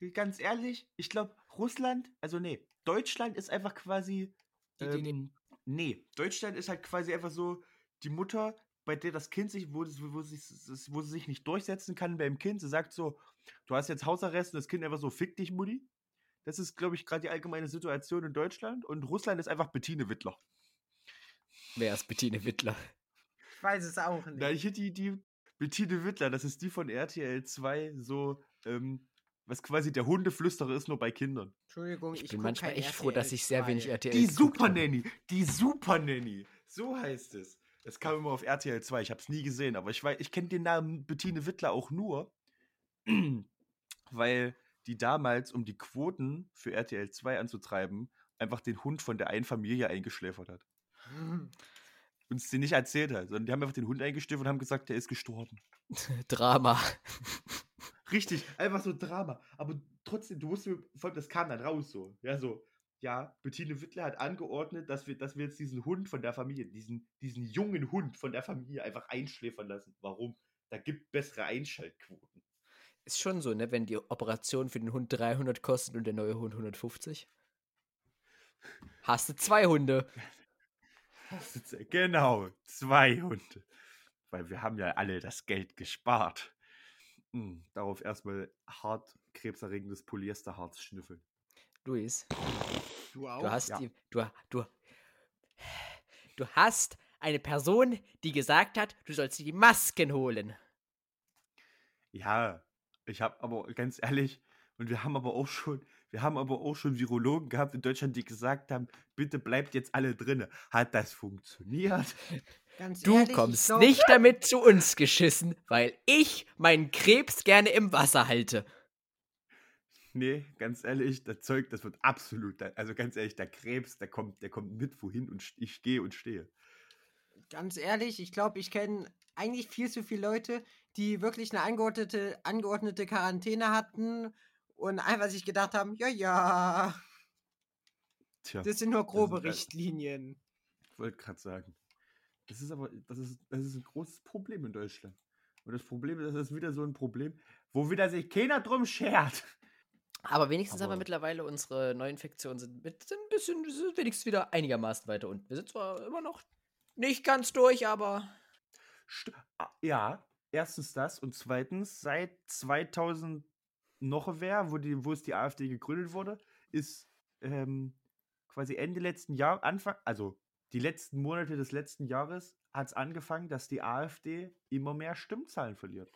Speaker 1: Ehrlich, ganz ehrlich, ich glaube, Russland, also nee, Deutschland ist einfach quasi.
Speaker 3: Die DDR.
Speaker 1: Ähm, nee, Deutschland ist halt quasi einfach so die Mutter, bei der das Kind sich, wo, wo, wo, sie, wo sie sich nicht durchsetzen kann beim Kind. Sie sagt so, du hast jetzt Hausarrest und das Kind einfach so, fick dich, Mutti. Das ist, glaube ich, gerade die allgemeine Situation in Deutschland. Und Russland ist einfach Bettine Wittler.
Speaker 2: Wer ist Bettine Wittler?
Speaker 3: Ich weiß es auch nicht.
Speaker 1: Na, hier die, die Bettine Wittler, das ist die von RTL 2, so, ähm, was quasi der Hundeflüsterer ist, nur bei Kindern.
Speaker 3: Entschuldigung,
Speaker 2: Ich,
Speaker 3: ich
Speaker 2: bin
Speaker 3: guck
Speaker 2: manchmal
Speaker 3: kein
Speaker 2: echt froh, dass ich sehr wenig
Speaker 3: 2.
Speaker 2: RTL
Speaker 1: Die
Speaker 2: geguckt
Speaker 1: Super
Speaker 2: habe.
Speaker 1: Nanny. Die Super Nanny. So heißt es. Das kam immer auf RTL 2. Ich habe es nie gesehen, aber ich, wei- ich kenne den Namen Bettine Wittler auch nur, weil die damals, um die Quoten für RTL 2 anzutreiben, einfach den Hund von der einen Familie eingeschläfert hat.
Speaker 2: äh,
Speaker 3: Hm.
Speaker 1: Und es denen nicht erzählt hat, sondern die haben einfach den Hund eingeschläfert und haben gesagt, der ist gestorben.
Speaker 2: Drama.
Speaker 1: Richtig, einfach so Drama. Aber trotzdem, du musst mir, vor allem, das kam dann raus so. Ja, so. Ja, Bettine Wittler hat angeordnet, dass wir, dass wir jetzt diesen Hund von der Familie, diesen, diesen jungen Hund von der Familie einfach einschläfern lassen. Warum? Da gibt bessere Einschaltquoten.
Speaker 2: Ist schon so, ne? Wenn die Operation für den Hund 300 kostet und der neue Hund 150. Hast du zwei Hunde.
Speaker 1: Das ist, ja- genau, zwei Hunde. Weil wir haben ja alle das Geld gespart. Hm, darauf erstmal hart krebserregendes Polyesterharz schnüffeln.
Speaker 2: Luis,
Speaker 3: Du auch?
Speaker 2: du hast
Speaker 1: ja.
Speaker 2: die, du, du, du hast eine Person, die gesagt hat, du sollst die Masken holen.
Speaker 1: Ja, ich habe aber ganz ehrlich, und wir haben aber auch schon, wir haben aber auch schon Virologen gehabt in Deutschland, die gesagt haben, bitte bleibt jetzt alle drinne. Hat das funktioniert?
Speaker 3: Ganz
Speaker 2: Du
Speaker 3: ehrlich, ich
Speaker 2: kommst
Speaker 3: glaub-
Speaker 2: nicht damit zu uns geschissen, weil ich meinen Krebs gerne im Wasser halte.
Speaker 1: Nee, ganz ehrlich, das Zeug, das wird absolut, also ganz ehrlich, der Krebs, der kommt, der kommt mit, wohin und st- ich gehe und stehe.
Speaker 3: Ganz ehrlich, ich glaube, ich kenne eigentlich viel zu viele Leute, die wirklich eine angeordnete, angeordnete Quarantäne hatten und einfach sich gedacht haben, ja, ja,
Speaker 1: Tja,
Speaker 3: das sind nur grobe
Speaker 1: sind halt-
Speaker 3: Richtlinien.
Speaker 1: ich wollte gerade sagen. Das ist aber, das ist, das ist ein großes Problem in Deutschland. Und das Problem ist, das ist wieder so ein Problem, wo wieder sich keiner drum schert.
Speaker 2: Aber wenigstens haben wir
Speaker 1: Aber-
Speaker 2: mittlerweile unsere Neuinfektionen sind, mit, sind ein bisschen, sind wenigstens wieder einigermaßen weiter unten. Wir sind zwar immer noch nicht ganz durch, aber.
Speaker 1: St ah, ja, erstens das und zweitens, seit 2000 noch wer, wo, die, wo es die AfD gegründet wurde, ist ähm, quasi Ende letzten Jahr, Anfang, also die letzten Monate des letzten Jahres hat es angefangen, dass die AfD immer mehr Stimmzahlen verliert.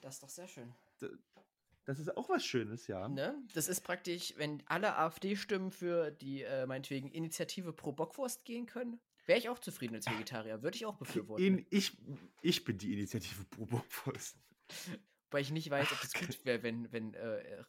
Speaker 2: Das ist doch sehr schön.
Speaker 1: Das ist auch was Schönes, ja.
Speaker 2: Ne? Das ist praktisch, wenn alle AfD-Stimmen für die, äh, meinetwegen, Initiative pro Bockwurst gehen können, wäre ich auch zufrieden als Vegetarier. Würde ich auch befürworten.
Speaker 1: In, ich, ich bin die Initiative pro Bockwurst.
Speaker 2: Weil ich nicht weiß, ob das gut wäre, wenn, wenn, äh,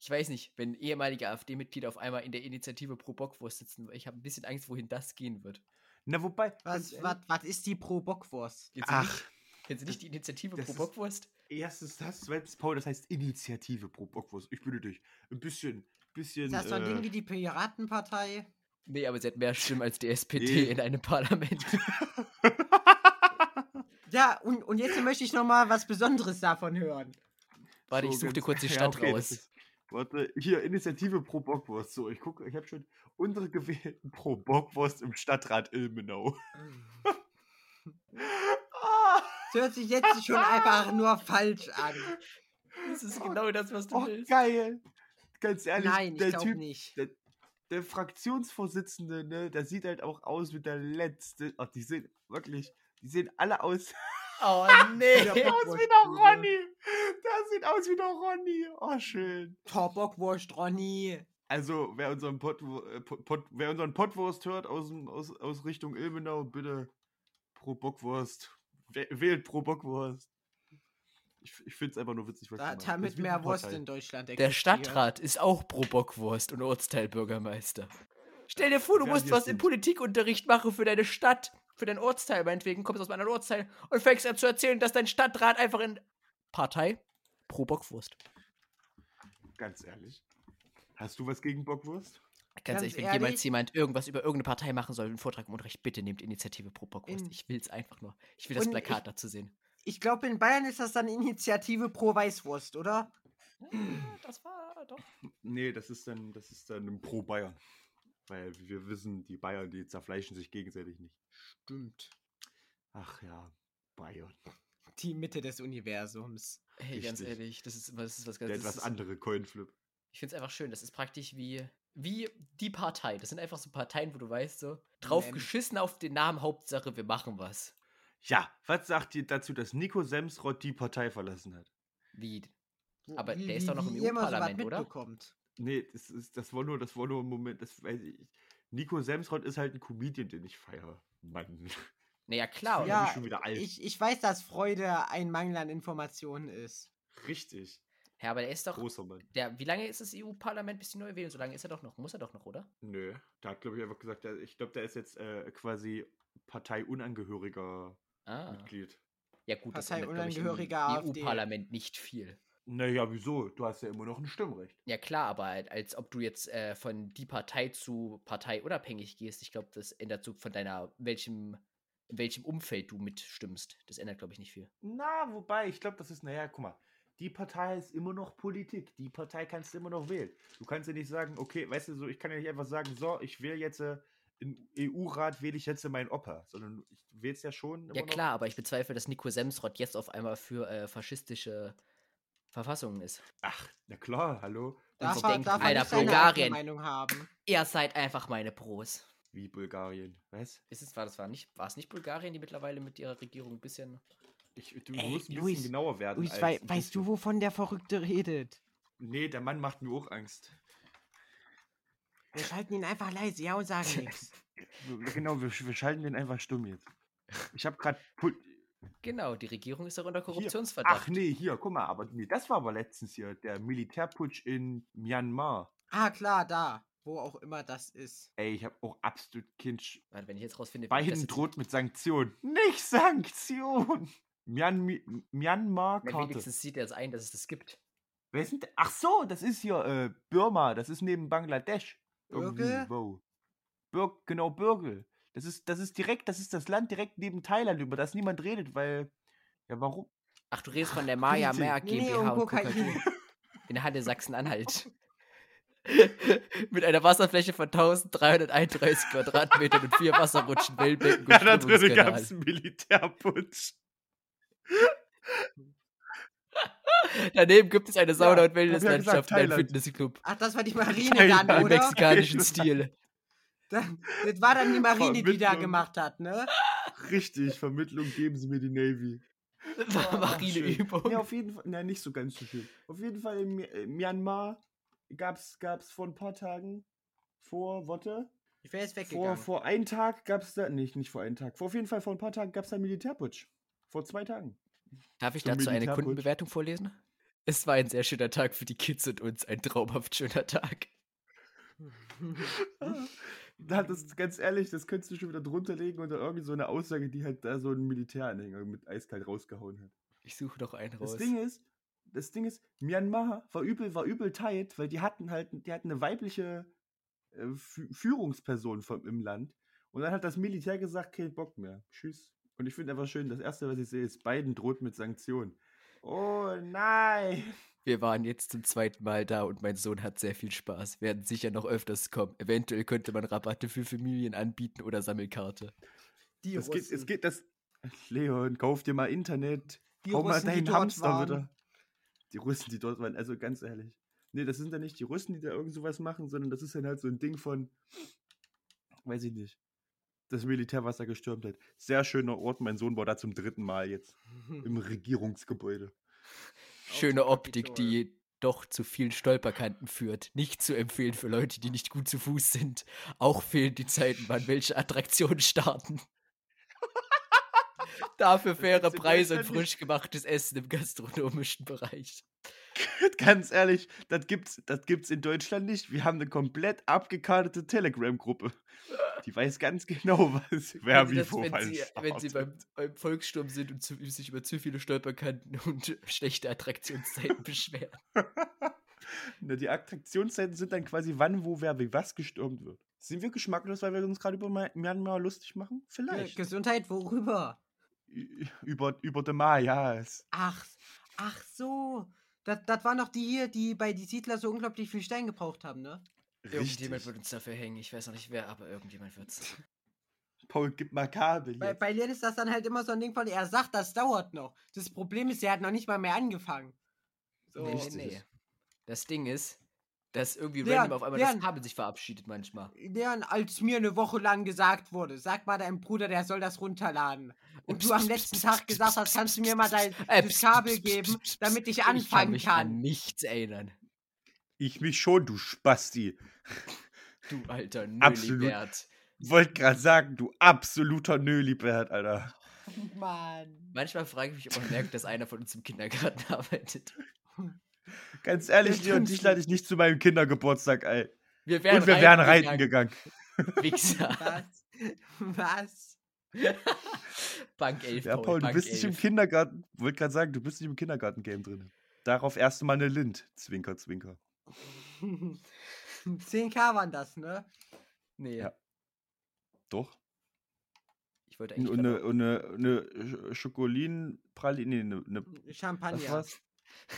Speaker 2: ich weiß nicht, wenn ehemalige AfD-Mitglieder auf einmal in der Initiative pro Bockwurst sitzen. Ich habe ein bisschen Angst, wohin das gehen wird.
Speaker 1: Na, wobei. ganz
Speaker 3: Was,
Speaker 1: ehrlich,
Speaker 3: was, was ist die Pro-Bockwurst?
Speaker 2: Kennst du
Speaker 1: Ach,
Speaker 2: nicht, kennst du nicht die Initiative
Speaker 1: das
Speaker 2: pro
Speaker 1: ist-
Speaker 2: Bockwurst?
Speaker 1: erstens das, zweitens Paul, das heißt Initiative pro Bockwurst. Ich bitte dich. Ein bisschen, bisschen.
Speaker 3: Ist das so ein
Speaker 1: äh,
Speaker 3: Ding wie die Piratenpartei?
Speaker 2: Nee, aber sie hat mehr Stimmen als die SPD
Speaker 1: Nee.
Speaker 2: in einem Parlament.
Speaker 3: Ja, und, und jetzt möchte ich nochmal was Besonderes davon hören.
Speaker 2: Warte,
Speaker 1: So
Speaker 2: ich suche dir
Speaker 1: ganz-
Speaker 2: kurz die
Speaker 1: Ja,
Speaker 2: Stadt
Speaker 1: okay, das
Speaker 2: raus.
Speaker 1: ist- Warte, hier Initiative pro Bockwurst. So, ich gucke, ich habe schon unsere gewählten pro Bockwurst im Stadtrat Ilmenau. ah,
Speaker 3: Das hört sich jetzt schon einfach nur falsch an.
Speaker 2: Das ist genau das, was du
Speaker 1: oh,
Speaker 2: willst.
Speaker 1: geil. Ganz ehrlich,
Speaker 3: Nein, ich
Speaker 1: der
Speaker 3: glaube
Speaker 1: Typ,
Speaker 3: nicht.
Speaker 1: der Fraktionsvorsitzende, ne, der sieht halt auch aus wie der letzte. Ach, die sehen wirklich, die sehen alle aus.
Speaker 2: Oh nee.
Speaker 3: Der
Speaker 1: Der
Speaker 3: Bock-
Speaker 1: aus wie der
Speaker 3: Bockwurst-Bude.
Speaker 1: Ronny. Der sieht aus wie der Ronny. Oh, schön.
Speaker 3: Top-Bockwurst, Ronny.
Speaker 1: Also, wer unseren, Pod, äh, Pod, Pod, wer unseren Podwurst hört aus, dem- aus, aus Richtung Ilmenau, bitte pro Bockwurst. Wäh- Wählt pro Bockwurst. Ich, ich finde es einfach nur witzig, was
Speaker 3: Da,
Speaker 1: die machen. Das
Speaker 3: damit
Speaker 1: ist wie halt.
Speaker 3: mehr
Speaker 1: eine
Speaker 3: Wurst
Speaker 1: Partei.
Speaker 3: in Deutschland
Speaker 2: Der
Speaker 3: existiert.
Speaker 2: Stadtrat ist auch pro Bockwurst und Ortsteilbürgermeister. Stell dir vor, du
Speaker 1: Ja,
Speaker 2: musst
Speaker 1: wir
Speaker 2: was im
Speaker 1: sind-
Speaker 2: Politikunterricht machen für deine Stadt, für deinen Ortsteil, meinetwegen, kommst aus meinem Ortsteil und fängst an zu erzählen, dass dein Stadtrat einfach in Partei pro Bockwurst.
Speaker 1: Ganz ehrlich. Hast du was gegen Bockwurst?
Speaker 2: Ganz
Speaker 3: Ganz
Speaker 2: ehrlich, wenn
Speaker 3: ehrlich?
Speaker 2: jemals jemand irgendwas über irgendeine Partei machen soll, einen Vortrag im Unterricht, bitte nehmt Initiative pro Bockwurst.
Speaker 3: In-
Speaker 2: Ich will es einfach nur. Ich will das
Speaker 3: Und
Speaker 2: Plakat dazu sehen.
Speaker 3: Ich glaube, in Bayern ist das dann Initiative pro Weißwurst, oder?
Speaker 2: Das war doch.
Speaker 1: Nee, das ist dann, das ist dann ein pro Bayern. Weil wir wissen, die Bayern, die zerfleischen sich gegenseitig nicht.
Speaker 3: Stimmt.
Speaker 1: Ach ja, Bayern.
Speaker 3: Die Mitte des Universums.
Speaker 2: Hey, ganz
Speaker 1: Richtig.
Speaker 2: ehrlich, das ist, das ist was ganz
Speaker 1: Der
Speaker 2: das
Speaker 1: etwas
Speaker 2: ist-
Speaker 1: andere Coinflip.
Speaker 2: Ich finde es einfach schön. Das ist praktisch wie, wie die Partei. Das sind einfach so Parteien, wo du weißt, so drauf
Speaker 3: Mem.
Speaker 2: geschissen auf den Namen, Hauptsache wir machen was.
Speaker 1: Ja, was sagt ihr dazu, dass Nico Semsrott die Partei verlassen hat?
Speaker 2: Wie?
Speaker 3: Wo-
Speaker 2: Aber
Speaker 3: wie-
Speaker 2: der ist
Speaker 3: wie-
Speaker 2: doch noch
Speaker 3: wie
Speaker 2: im
Speaker 3: ihr immer sowas
Speaker 2: EU-Parlament, oder?
Speaker 3: mitbekommt.
Speaker 1: Nee, Ne, das, ist, das war nur, das war nur ein Moment, das weiß ich. Nico Semsrott ist halt ein Comedian, den ich feiere. Mann.
Speaker 2: Naja, klar.
Speaker 1: bin
Speaker 2: oder?
Speaker 3: Ja,
Speaker 1: ich schon wieder alt.
Speaker 3: Ich, ich weiß, dass Freude ein Mangel an Informationen ist.
Speaker 1: Richtig.
Speaker 2: ja, aber der ist doch.
Speaker 1: Großer Mann.
Speaker 2: Der, wie lange ist das EU-Parlament, bis die neu wählen? So lange ist er doch noch. Muss er doch noch, oder?
Speaker 1: Nö. Da hat, glaube ich, einfach gesagt, der- ich glaube, der ist jetzt äh, quasi parteiunangehöriger
Speaker 2: Ah.
Speaker 1: Mitglied.
Speaker 2: Ja, gut, das
Speaker 3: Partei
Speaker 2: ändert, glaub ich, im
Speaker 3: unangehöriger AfD.
Speaker 2: EU-Parlament nicht viel.
Speaker 1: Naja, wieso? Du hast ja immer noch ein Stimmrecht.
Speaker 2: Ja, klar, aber halt, als ob du jetzt äh, von die Partei zu Partei unabhängig gehst, ich glaube, das ändert so von deiner, welchem, in welchem Umfeld du mitstimmst. Das ändert, glaube ich, nicht viel.
Speaker 1: Na, wobei, ich glaube, das ist, naja, guck mal, die Partei ist immer noch Politik. Die Partei kannst du immer noch wählen. Du kannst ja nicht sagen, okay, weißt du, so, ich kann ja nicht einfach sagen, so, ich wähle jetzt äh, im EU-Rat, wähle ich jetzt meinen Opa, sondern ich wähle es ja schon. Immer
Speaker 2: Ja
Speaker 1: noch.
Speaker 2: klar, aber ich bezweifle, dass Nico Semsrott jetzt auf einmal für äh, faschistische Verfassung ist.
Speaker 1: Ach, na klar, hallo.
Speaker 3: Darf
Speaker 2: so
Speaker 3: er,
Speaker 2: denkt,
Speaker 3: darf er
Speaker 2: Alter,
Speaker 3: nicht seine eigene
Speaker 2: Bulgarien.
Speaker 3: Meinung haben?
Speaker 2: Ihr seid einfach meine Bros.
Speaker 1: Wie Bulgarien. Was?
Speaker 2: Ist es, war, das war, nicht, war es nicht Bulgarien, die mittlerweile mit ihrer Regierung ein bisschen.
Speaker 1: Ich, du
Speaker 4: Ey,
Speaker 1: musst ein
Speaker 4: Luis,
Speaker 1: bisschen genauer werden.
Speaker 4: Luis,
Speaker 1: als
Speaker 4: wei
Speaker 1: ein
Speaker 4: weißt du,
Speaker 1: bisschen.
Speaker 4: wovon der Verrückte redet?
Speaker 1: Nee, der Mann macht mir auch Angst.
Speaker 3: Wir schalten ihn einfach leise, ja, und sagen nichts.
Speaker 1: Genau, wir, wir schalten den einfach stumm jetzt. Ich habe gerade.
Speaker 2: Genau, die Regierung ist doch unter Korruptionsverdacht.
Speaker 1: Ach nee, hier, guck mal, aber nee, das war aber letztens hier der Militärputsch in Myanmar.
Speaker 3: Ah, klar, da. Wo auch immer das ist.
Speaker 1: Ey, ich habe auch absolut Kind.
Speaker 2: Warte, wenn ich jetzt rausfinde, wie ich das
Speaker 1: Biden
Speaker 2: jetzt-
Speaker 1: droht mit Sanktionen. Nicht Sanktionen! Myanmi
Speaker 2: Na,
Speaker 1: Myanmar-Karte.
Speaker 2: wenigstens sieht er jetzt ein, dass es das gibt.
Speaker 1: Wer sind. Ach so, das ist hier äh, Birma, das ist neben Bangladesch. Irgendwie,
Speaker 3: Birgel?
Speaker 1: Wow. Bir genau, Birgel. Das ist, das ist direkt, das ist das Land direkt neben Thailand, über das niemand redet, weil. Ja, warum?
Speaker 2: Ach, du redest von der Maya
Speaker 1: Blödsinn.
Speaker 2: Mer
Speaker 3: Nee,
Speaker 2: GmbH
Speaker 3: und
Speaker 2: und
Speaker 3: Kokain.
Speaker 2: Kokain. In Halle Sachsen-Anhalt. Mit einer Wasserfläche von 1331 Quadratmetern und vier Wasserrutschen, Wellenbecken und
Speaker 1: Ja, da drinnen
Speaker 2: Strömungskanal.
Speaker 1: gab es einen Militärputsch.
Speaker 2: Daneben gibt es eine Sauna-
Speaker 1: Ja,
Speaker 2: und Wellnesslandschaft
Speaker 1: hab ja gesagt,
Speaker 2: und einen
Speaker 1: Thailand.
Speaker 2: Fitnessclub.
Speaker 3: Ach, das war die Marine
Speaker 1: Thailand,
Speaker 3: dann,
Speaker 2: Im
Speaker 3: oder?
Speaker 2: mexikanischen Stil.
Speaker 3: Das, das war dann die Marine, die da
Speaker 1: Vermittlung.
Speaker 3: gemacht hat, ne?
Speaker 1: Richtig, Vermittlung geben sie mir die Navy.
Speaker 2: Marineübung.
Speaker 1: Oh, Ja, auf jeden Fall. Nein, nicht so ganz so schön. Auf jeden Fall in Mi- äh, Myanmar gab es gab's vor ein paar Tagen, vor Wotte,
Speaker 3: Ich wäre jetzt
Speaker 1: vor,
Speaker 3: weggegangen.
Speaker 1: vor einem Tag gab es da, nicht, nicht vor einem Tag, vor auf jeden Fall vor ein paar Tagen gab es da einen Militärputsch. Vor zwei Tagen.
Speaker 2: Darf ich
Speaker 1: Zum
Speaker 2: dazu eine
Speaker 1: Militärputsch.
Speaker 2: Kundenbewertung vorlesen? Es war ein sehr schöner Tag für die Kids und uns, ein traumhaft schöner Tag.
Speaker 1: Da hat das, ganz ehrlich, das könntest du schon wieder drunter legen unter irgendwie so eine Aussage, die halt da so ein Militäranhänger mit eiskalt rausgehauen hat.
Speaker 2: Ich suche noch einen raus.
Speaker 1: Das Ding ist, das Ding ist, Myanmar war übel, war übel tight, weil die hatten halt, die hatten eine weibliche äh, Fü- Führungsperson vom, im Land. Und dann hat das Militär gesagt, kein Bock mehr. Tschüss. Und ich finde einfach schön, das erste, was ich sehe, ist, Biden droht mit Sanktionen. Oh nein!
Speaker 2: Wir waren jetzt zum zweiten Mal da und mein Sohn hat sehr viel Spaß. Werden sicher noch öfters kommen. Eventuell könnte man Rabatte für Familien anbieten oder Sammelkarte.
Speaker 3: die
Speaker 1: Es geht, es
Speaker 3: Russen.
Speaker 1: geht, das. Leon, kauf dir mal Internet.
Speaker 3: Die
Speaker 1: Hau mal
Speaker 3: Russen, die
Speaker 1: deinen
Speaker 3: dort
Speaker 1: Hamster
Speaker 3: waren.
Speaker 1: wieder. Die Russen, die dort waren, also ganz ehrlich. Nee, das sind ja nicht die Russen, die da irgend sowas machen, sondern das ist dann halt so ein Ding von, weiß ich nicht, das Militär, was da gestürmt hat. Sehr schöner Ort, mein Sohn war da zum dritten Mal jetzt im Regierungsgebäude.
Speaker 2: Schöne
Speaker 3: zum
Speaker 2: Optik,
Speaker 3: Kapitol.
Speaker 2: die doch zu vielen Stolperkanten führt. Nicht zu empfehlen für Leute, die nicht gut zu Fuß sind. Auch fehlen die Zeiten, wann welche Attraktionen starten. Dafür faire
Speaker 1: kannst du
Speaker 2: Preise und
Speaker 1: Deutschland nicht-
Speaker 2: frisch gemachtes Essen im gastronomischen Bereich.
Speaker 1: Ganz ehrlich, das gibt's, das gibt's in Deutschland nicht. Wir haben eine komplett abgekartete Telegram-Gruppe. Die weiß ganz genau, was wer
Speaker 2: Also
Speaker 1: wie
Speaker 2: das,
Speaker 1: wo
Speaker 2: wenn, sie,
Speaker 1: falsch
Speaker 2: wenn sie
Speaker 1: startet.
Speaker 2: beim, beim Volkssturm sind und zu, sich über zu viele Stolperkanten und schlechte Attraktionszeiten beschweren.
Speaker 1: Na, Ne, die Attraktionszeiten sind dann quasi wann, wo, wer, wie, was gestürmt wird. Sind wir geschmacklos, weil wir uns gerade über Ma- Myanmar lustig machen?
Speaker 3: Ge-
Speaker 1: Vielleicht.
Speaker 3: Gesundheit, worüber?
Speaker 1: Ü- über, über die Mayas.
Speaker 3: Ach, ach so. Das, das waren doch die hier, die bei die Siedler so unglaublich viel Stein gebraucht haben, ne?
Speaker 2: Irgendjemand wird uns dafür hängen. Ich weiß noch nicht wer, aber irgendjemand wird's.
Speaker 1: Paul, gib mal Kabel
Speaker 3: Bei,
Speaker 1: jetzt.
Speaker 3: bei Len ist das dann halt immer so ein Ding von, er sagt, das dauert noch. Das Problem ist, er hat noch nicht mal mehr angefangen. So.
Speaker 2: Nee, nee,
Speaker 1: Richtig.
Speaker 2: nee. Das Ding ist, dass irgendwie
Speaker 3: Leon,
Speaker 2: random auf einmal
Speaker 3: Leon.
Speaker 2: das Kabel sich verabschiedet manchmal.
Speaker 3: Leon, als mir eine Woche lang gesagt wurde, sag mal deinem Bruder, der soll das runterladen. Und du am letzten Tag gesagt hast, kannst du mir mal dein
Speaker 2: Äh,
Speaker 3: das Kabel geben, damit ich
Speaker 2: Ich kann
Speaker 3: anfangen
Speaker 2: mich an
Speaker 3: kann.
Speaker 2: nichts erinnern.
Speaker 1: Ich mich schon, du Spasti.
Speaker 2: Du alter
Speaker 1: Absolut.
Speaker 2: Nöllibert.
Speaker 1: Wollt gerade sagen, du absoluter Nölibert, Alter.
Speaker 3: Mann.
Speaker 2: Manchmal frage ich mich, ob man merkt, dass einer von uns im Kindergarten arbeitet.
Speaker 1: Ganz ehrlich,
Speaker 3: Das
Speaker 1: Leon,
Speaker 3: stimmt.
Speaker 1: dich lade ich nicht zu meinem Kindergeburtstag ein.
Speaker 2: Wir wären
Speaker 1: Und wir wären
Speaker 2: reiten
Speaker 1: reiten gegangen.
Speaker 2: gegangen, Wichser.
Speaker 3: Was? Was?
Speaker 2: Bank 11.
Speaker 1: Ja, Paul, du
Speaker 2: Bank
Speaker 1: bist nicht im
Speaker 2: 11.
Speaker 1: Kindergarten. Wollt gerade sagen, du bist nicht im Kindergarten-Game drin. Darauf erst mal eine Lind. Zwinker, zwinker.
Speaker 3: 10k waren das, ne?
Speaker 2: Nee,
Speaker 1: Ja. Doch.
Speaker 2: ich wollte eigentlich.
Speaker 1: Und
Speaker 2: gerade
Speaker 1: eine, und eine, eine Schokolinenpraline, nee, eine, eine was
Speaker 3: Champagner.
Speaker 1: war's?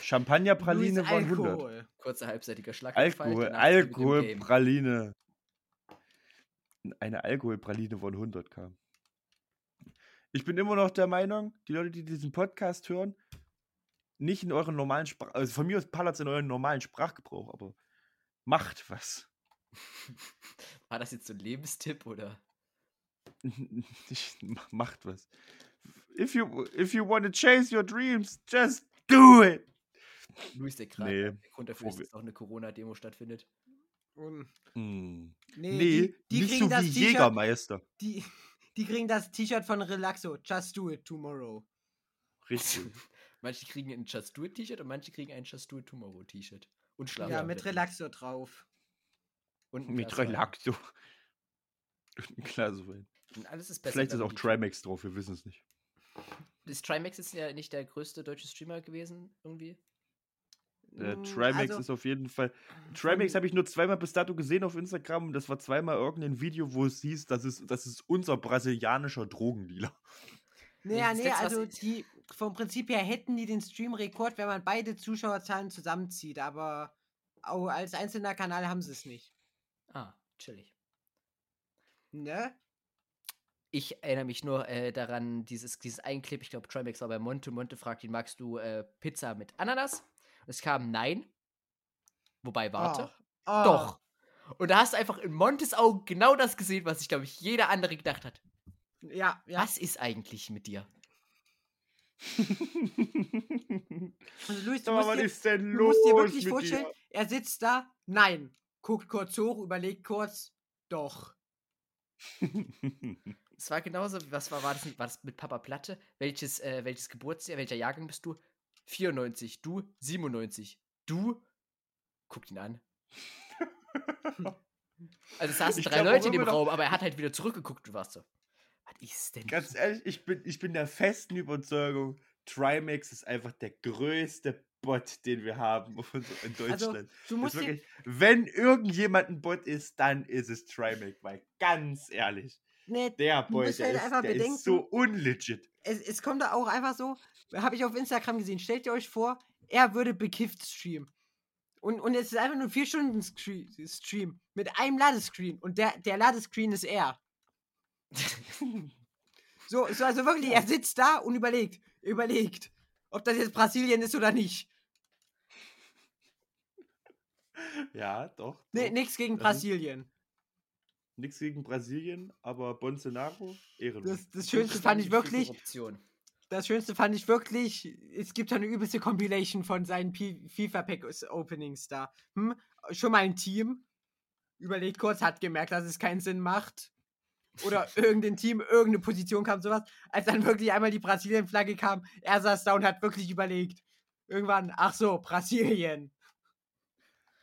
Speaker 1: Champagnerpraline
Speaker 3: Luis
Speaker 1: waren 100.
Speaker 3: Alkohol.
Speaker 2: kurzer halbseitiger Schlaganfall.
Speaker 1: Alkohol,
Speaker 2: danach sind wir mit dem Game.
Speaker 1: Alkoholpraline. Eine Alkoholpraline von 100 kam. Ich bin immer noch der Meinung, die Leute, die diesen Podcast hören, nicht in euren normalen Sprach, also von mir aus Palatz in euren normalen Sprachgebrauch, aber macht was.
Speaker 2: War das jetzt so ein Lebenstipp oder?
Speaker 1: Ich, ma- macht was. If you, if you want to chase your dreams, just do it.
Speaker 2: Luis der Krank.
Speaker 1: Nee.
Speaker 2: Der Grund dafür ist,
Speaker 1: Probi-
Speaker 2: dass noch eine Corona-Demo stattfindet.
Speaker 3: Um,
Speaker 1: Mm.
Speaker 3: nee,
Speaker 1: Nee,
Speaker 3: die, die
Speaker 1: nicht
Speaker 3: kriegen
Speaker 1: so
Speaker 3: das
Speaker 1: wie
Speaker 3: T-Shirt-
Speaker 1: Jägermeister.
Speaker 3: Die, die kriegen das T-Shirt von Relaxo. Just do it tomorrow.
Speaker 1: Richtig.
Speaker 2: Manche kriegen ein Just Do It T-Shirt und manche kriegen ein Just Do It Tomorrow T-Shirt. Und
Speaker 3: Ja,
Speaker 2: schlafen.
Speaker 3: mit Relaxo drauf.
Speaker 2: Und ein
Speaker 1: Mit
Speaker 3: genau.
Speaker 2: Glas Wein.
Speaker 1: Relaxo. Und ein Glas Wein.
Speaker 2: Und alles ist besser.
Speaker 1: Vielleicht ist
Speaker 2: als
Speaker 1: auch
Speaker 2: die-
Speaker 1: Trimax drauf, wir wissen es nicht.
Speaker 2: Ist Trimax jetzt ja nicht der größte deutsche Streamer gewesen, irgendwie?
Speaker 1: Der
Speaker 3: Mm,
Speaker 1: Trimax
Speaker 3: also, äh,
Speaker 1: ist auf jeden Fall. Trimax
Speaker 3: von-
Speaker 1: habe ich nur zweimal bis dato gesehen auf Instagram und das war zweimal irgendein Video, wo es hieß, das ist, das ist unser brasilianischer Drogendealer.
Speaker 3: Naja,
Speaker 2: das
Speaker 3: nee,
Speaker 2: letzte, was
Speaker 3: also
Speaker 2: ich-
Speaker 3: die, vom Prinzip her hätten die den Stream-Rekord, wenn man beide Zuschauerzahlen zusammenzieht, aber au- als einzelner Kanal haben sie es nicht.
Speaker 2: Ah, chillig.
Speaker 3: Ne?
Speaker 2: Ich erinnere mich nur äh, daran, dieses, dieses einen Clip, ich glaube, Trimax war bei Monte. Monte fragt ihn, magst du äh, Pizza mit Ananas? Und es kam Nein. Wobei, warte.
Speaker 3: Ah, ah.
Speaker 2: Doch. Und da hast du einfach in Montes Augen genau das gesehen, was ich, glaube ich, jeder andere gedacht hat.
Speaker 3: Oh, Ja, ja.
Speaker 2: Was ist eigentlich mit dir?
Speaker 3: Also Luis, du
Speaker 1: Sag mal,
Speaker 3: musst
Speaker 1: was
Speaker 3: dir,
Speaker 1: ist denn
Speaker 3: du
Speaker 1: los?
Speaker 3: musst dir wirklich
Speaker 1: mit
Speaker 3: vorstellen,
Speaker 1: dir?
Speaker 3: er sitzt da, nein, guckt kurz hoch, überlegt kurz, doch.
Speaker 2: Es war genauso, wie- was war, war das nicht? War das mit Papa Platte? Welches, äh, welches Geburtsjahr, welcher Jahrgang bist du? 94, du 97, du. Guckt ihn an. also es saßen
Speaker 1: Ich
Speaker 2: drei
Speaker 1: glaub auch
Speaker 2: Leute in dem
Speaker 1: immer noch-
Speaker 2: Raum, aber er hat halt wieder zurückgeguckt und warst so. Was ist denn?
Speaker 1: Ganz ehrlich, ich bin, ich bin der festen Überzeugung, Trimax ist einfach der größte Bot, den wir haben in
Speaker 3: Also,
Speaker 1: Deutschland.
Speaker 3: du
Speaker 1: Das
Speaker 3: musst
Speaker 1: ist
Speaker 3: dir,
Speaker 1: wirklich, wenn irgendjemand ein Bot ist, dann ist es Trimax, weil ganz ehrlich,
Speaker 3: nee,
Speaker 1: der
Speaker 3: Du
Speaker 1: Bot,
Speaker 3: musst
Speaker 1: der,
Speaker 3: halt
Speaker 1: ist,
Speaker 3: einfach
Speaker 1: der
Speaker 3: bedenken-
Speaker 1: ist so unlegit.
Speaker 3: es, es kommt da auch einfach so, habe ich auf Instagram gesehen, stellt ihr euch vor, er würde bekifft streamen. Und, und es ist einfach nur ein 4-Stunden-Stream mit einem Ladescreen. Und der, der Ladescreen ist er. So, so also wirklich, er sitzt da und überlegt, überlegt, ob das jetzt Brasilien ist oder nicht.
Speaker 1: Ja, doch.
Speaker 3: Nee,
Speaker 1: doch.
Speaker 3: Ne, nichts gegen
Speaker 1: Das ist-
Speaker 3: Brasilien.
Speaker 1: Nichts gegen Brasilien, aber Bolsonaro, ehrenlos.
Speaker 3: Das, das Schönste fand ich wirklich,
Speaker 2: Option.
Speaker 3: das Schönste fand ich wirklich, es gibt ja eine übelste Compilation von seinen Pi- FIFA-Pack-Openings da. Hm? Schon mal ein Team überlegt kurz, hat gemerkt, dass es keinen Sinn macht. Oder irgendein Team, irgendeine Position kam, sowas. Als dann wirklich einmal die Brasilien-Flagge kam, er saß da und hat wirklich überlegt. Irgendwann, ach so, Brasilien.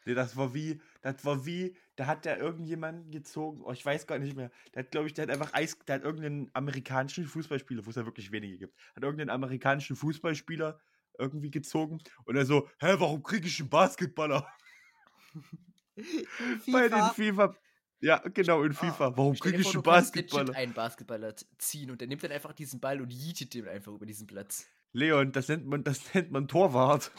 Speaker 1: Nee, Ne, das war wie, das war wie, da hat der irgendjemanden gezogen, oh, ich weiß gar nicht mehr. Der hat, glaube ich, der hat einfach Eis, der hat irgendeinen amerikanischen Fußballspieler, wo es ja wirklich wenige gibt, hat irgendeinen amerikanischen Fußballspieler irgendwie gezogen und er so, hä, warum kriege ich einen Basketballer bei den FIFA? Ja, genau, in FIFA. Warum
Speaker 2: Ah, Stell
Speaker 1: kriege
Speaker 2: dir
Speaker 1: ich
Speaker 2: vor,
Speaker 1: einen
Speaker 2: du kannst legit
Speaker 1: Basketballer?
Speaker 2: einen Basketballer z- ziehen und der nimmt dann einfach diesen Ball und yeetet den einfach über diesen Platz.
Speaker 1: Leon, das nennt man, das nennt man Torwart.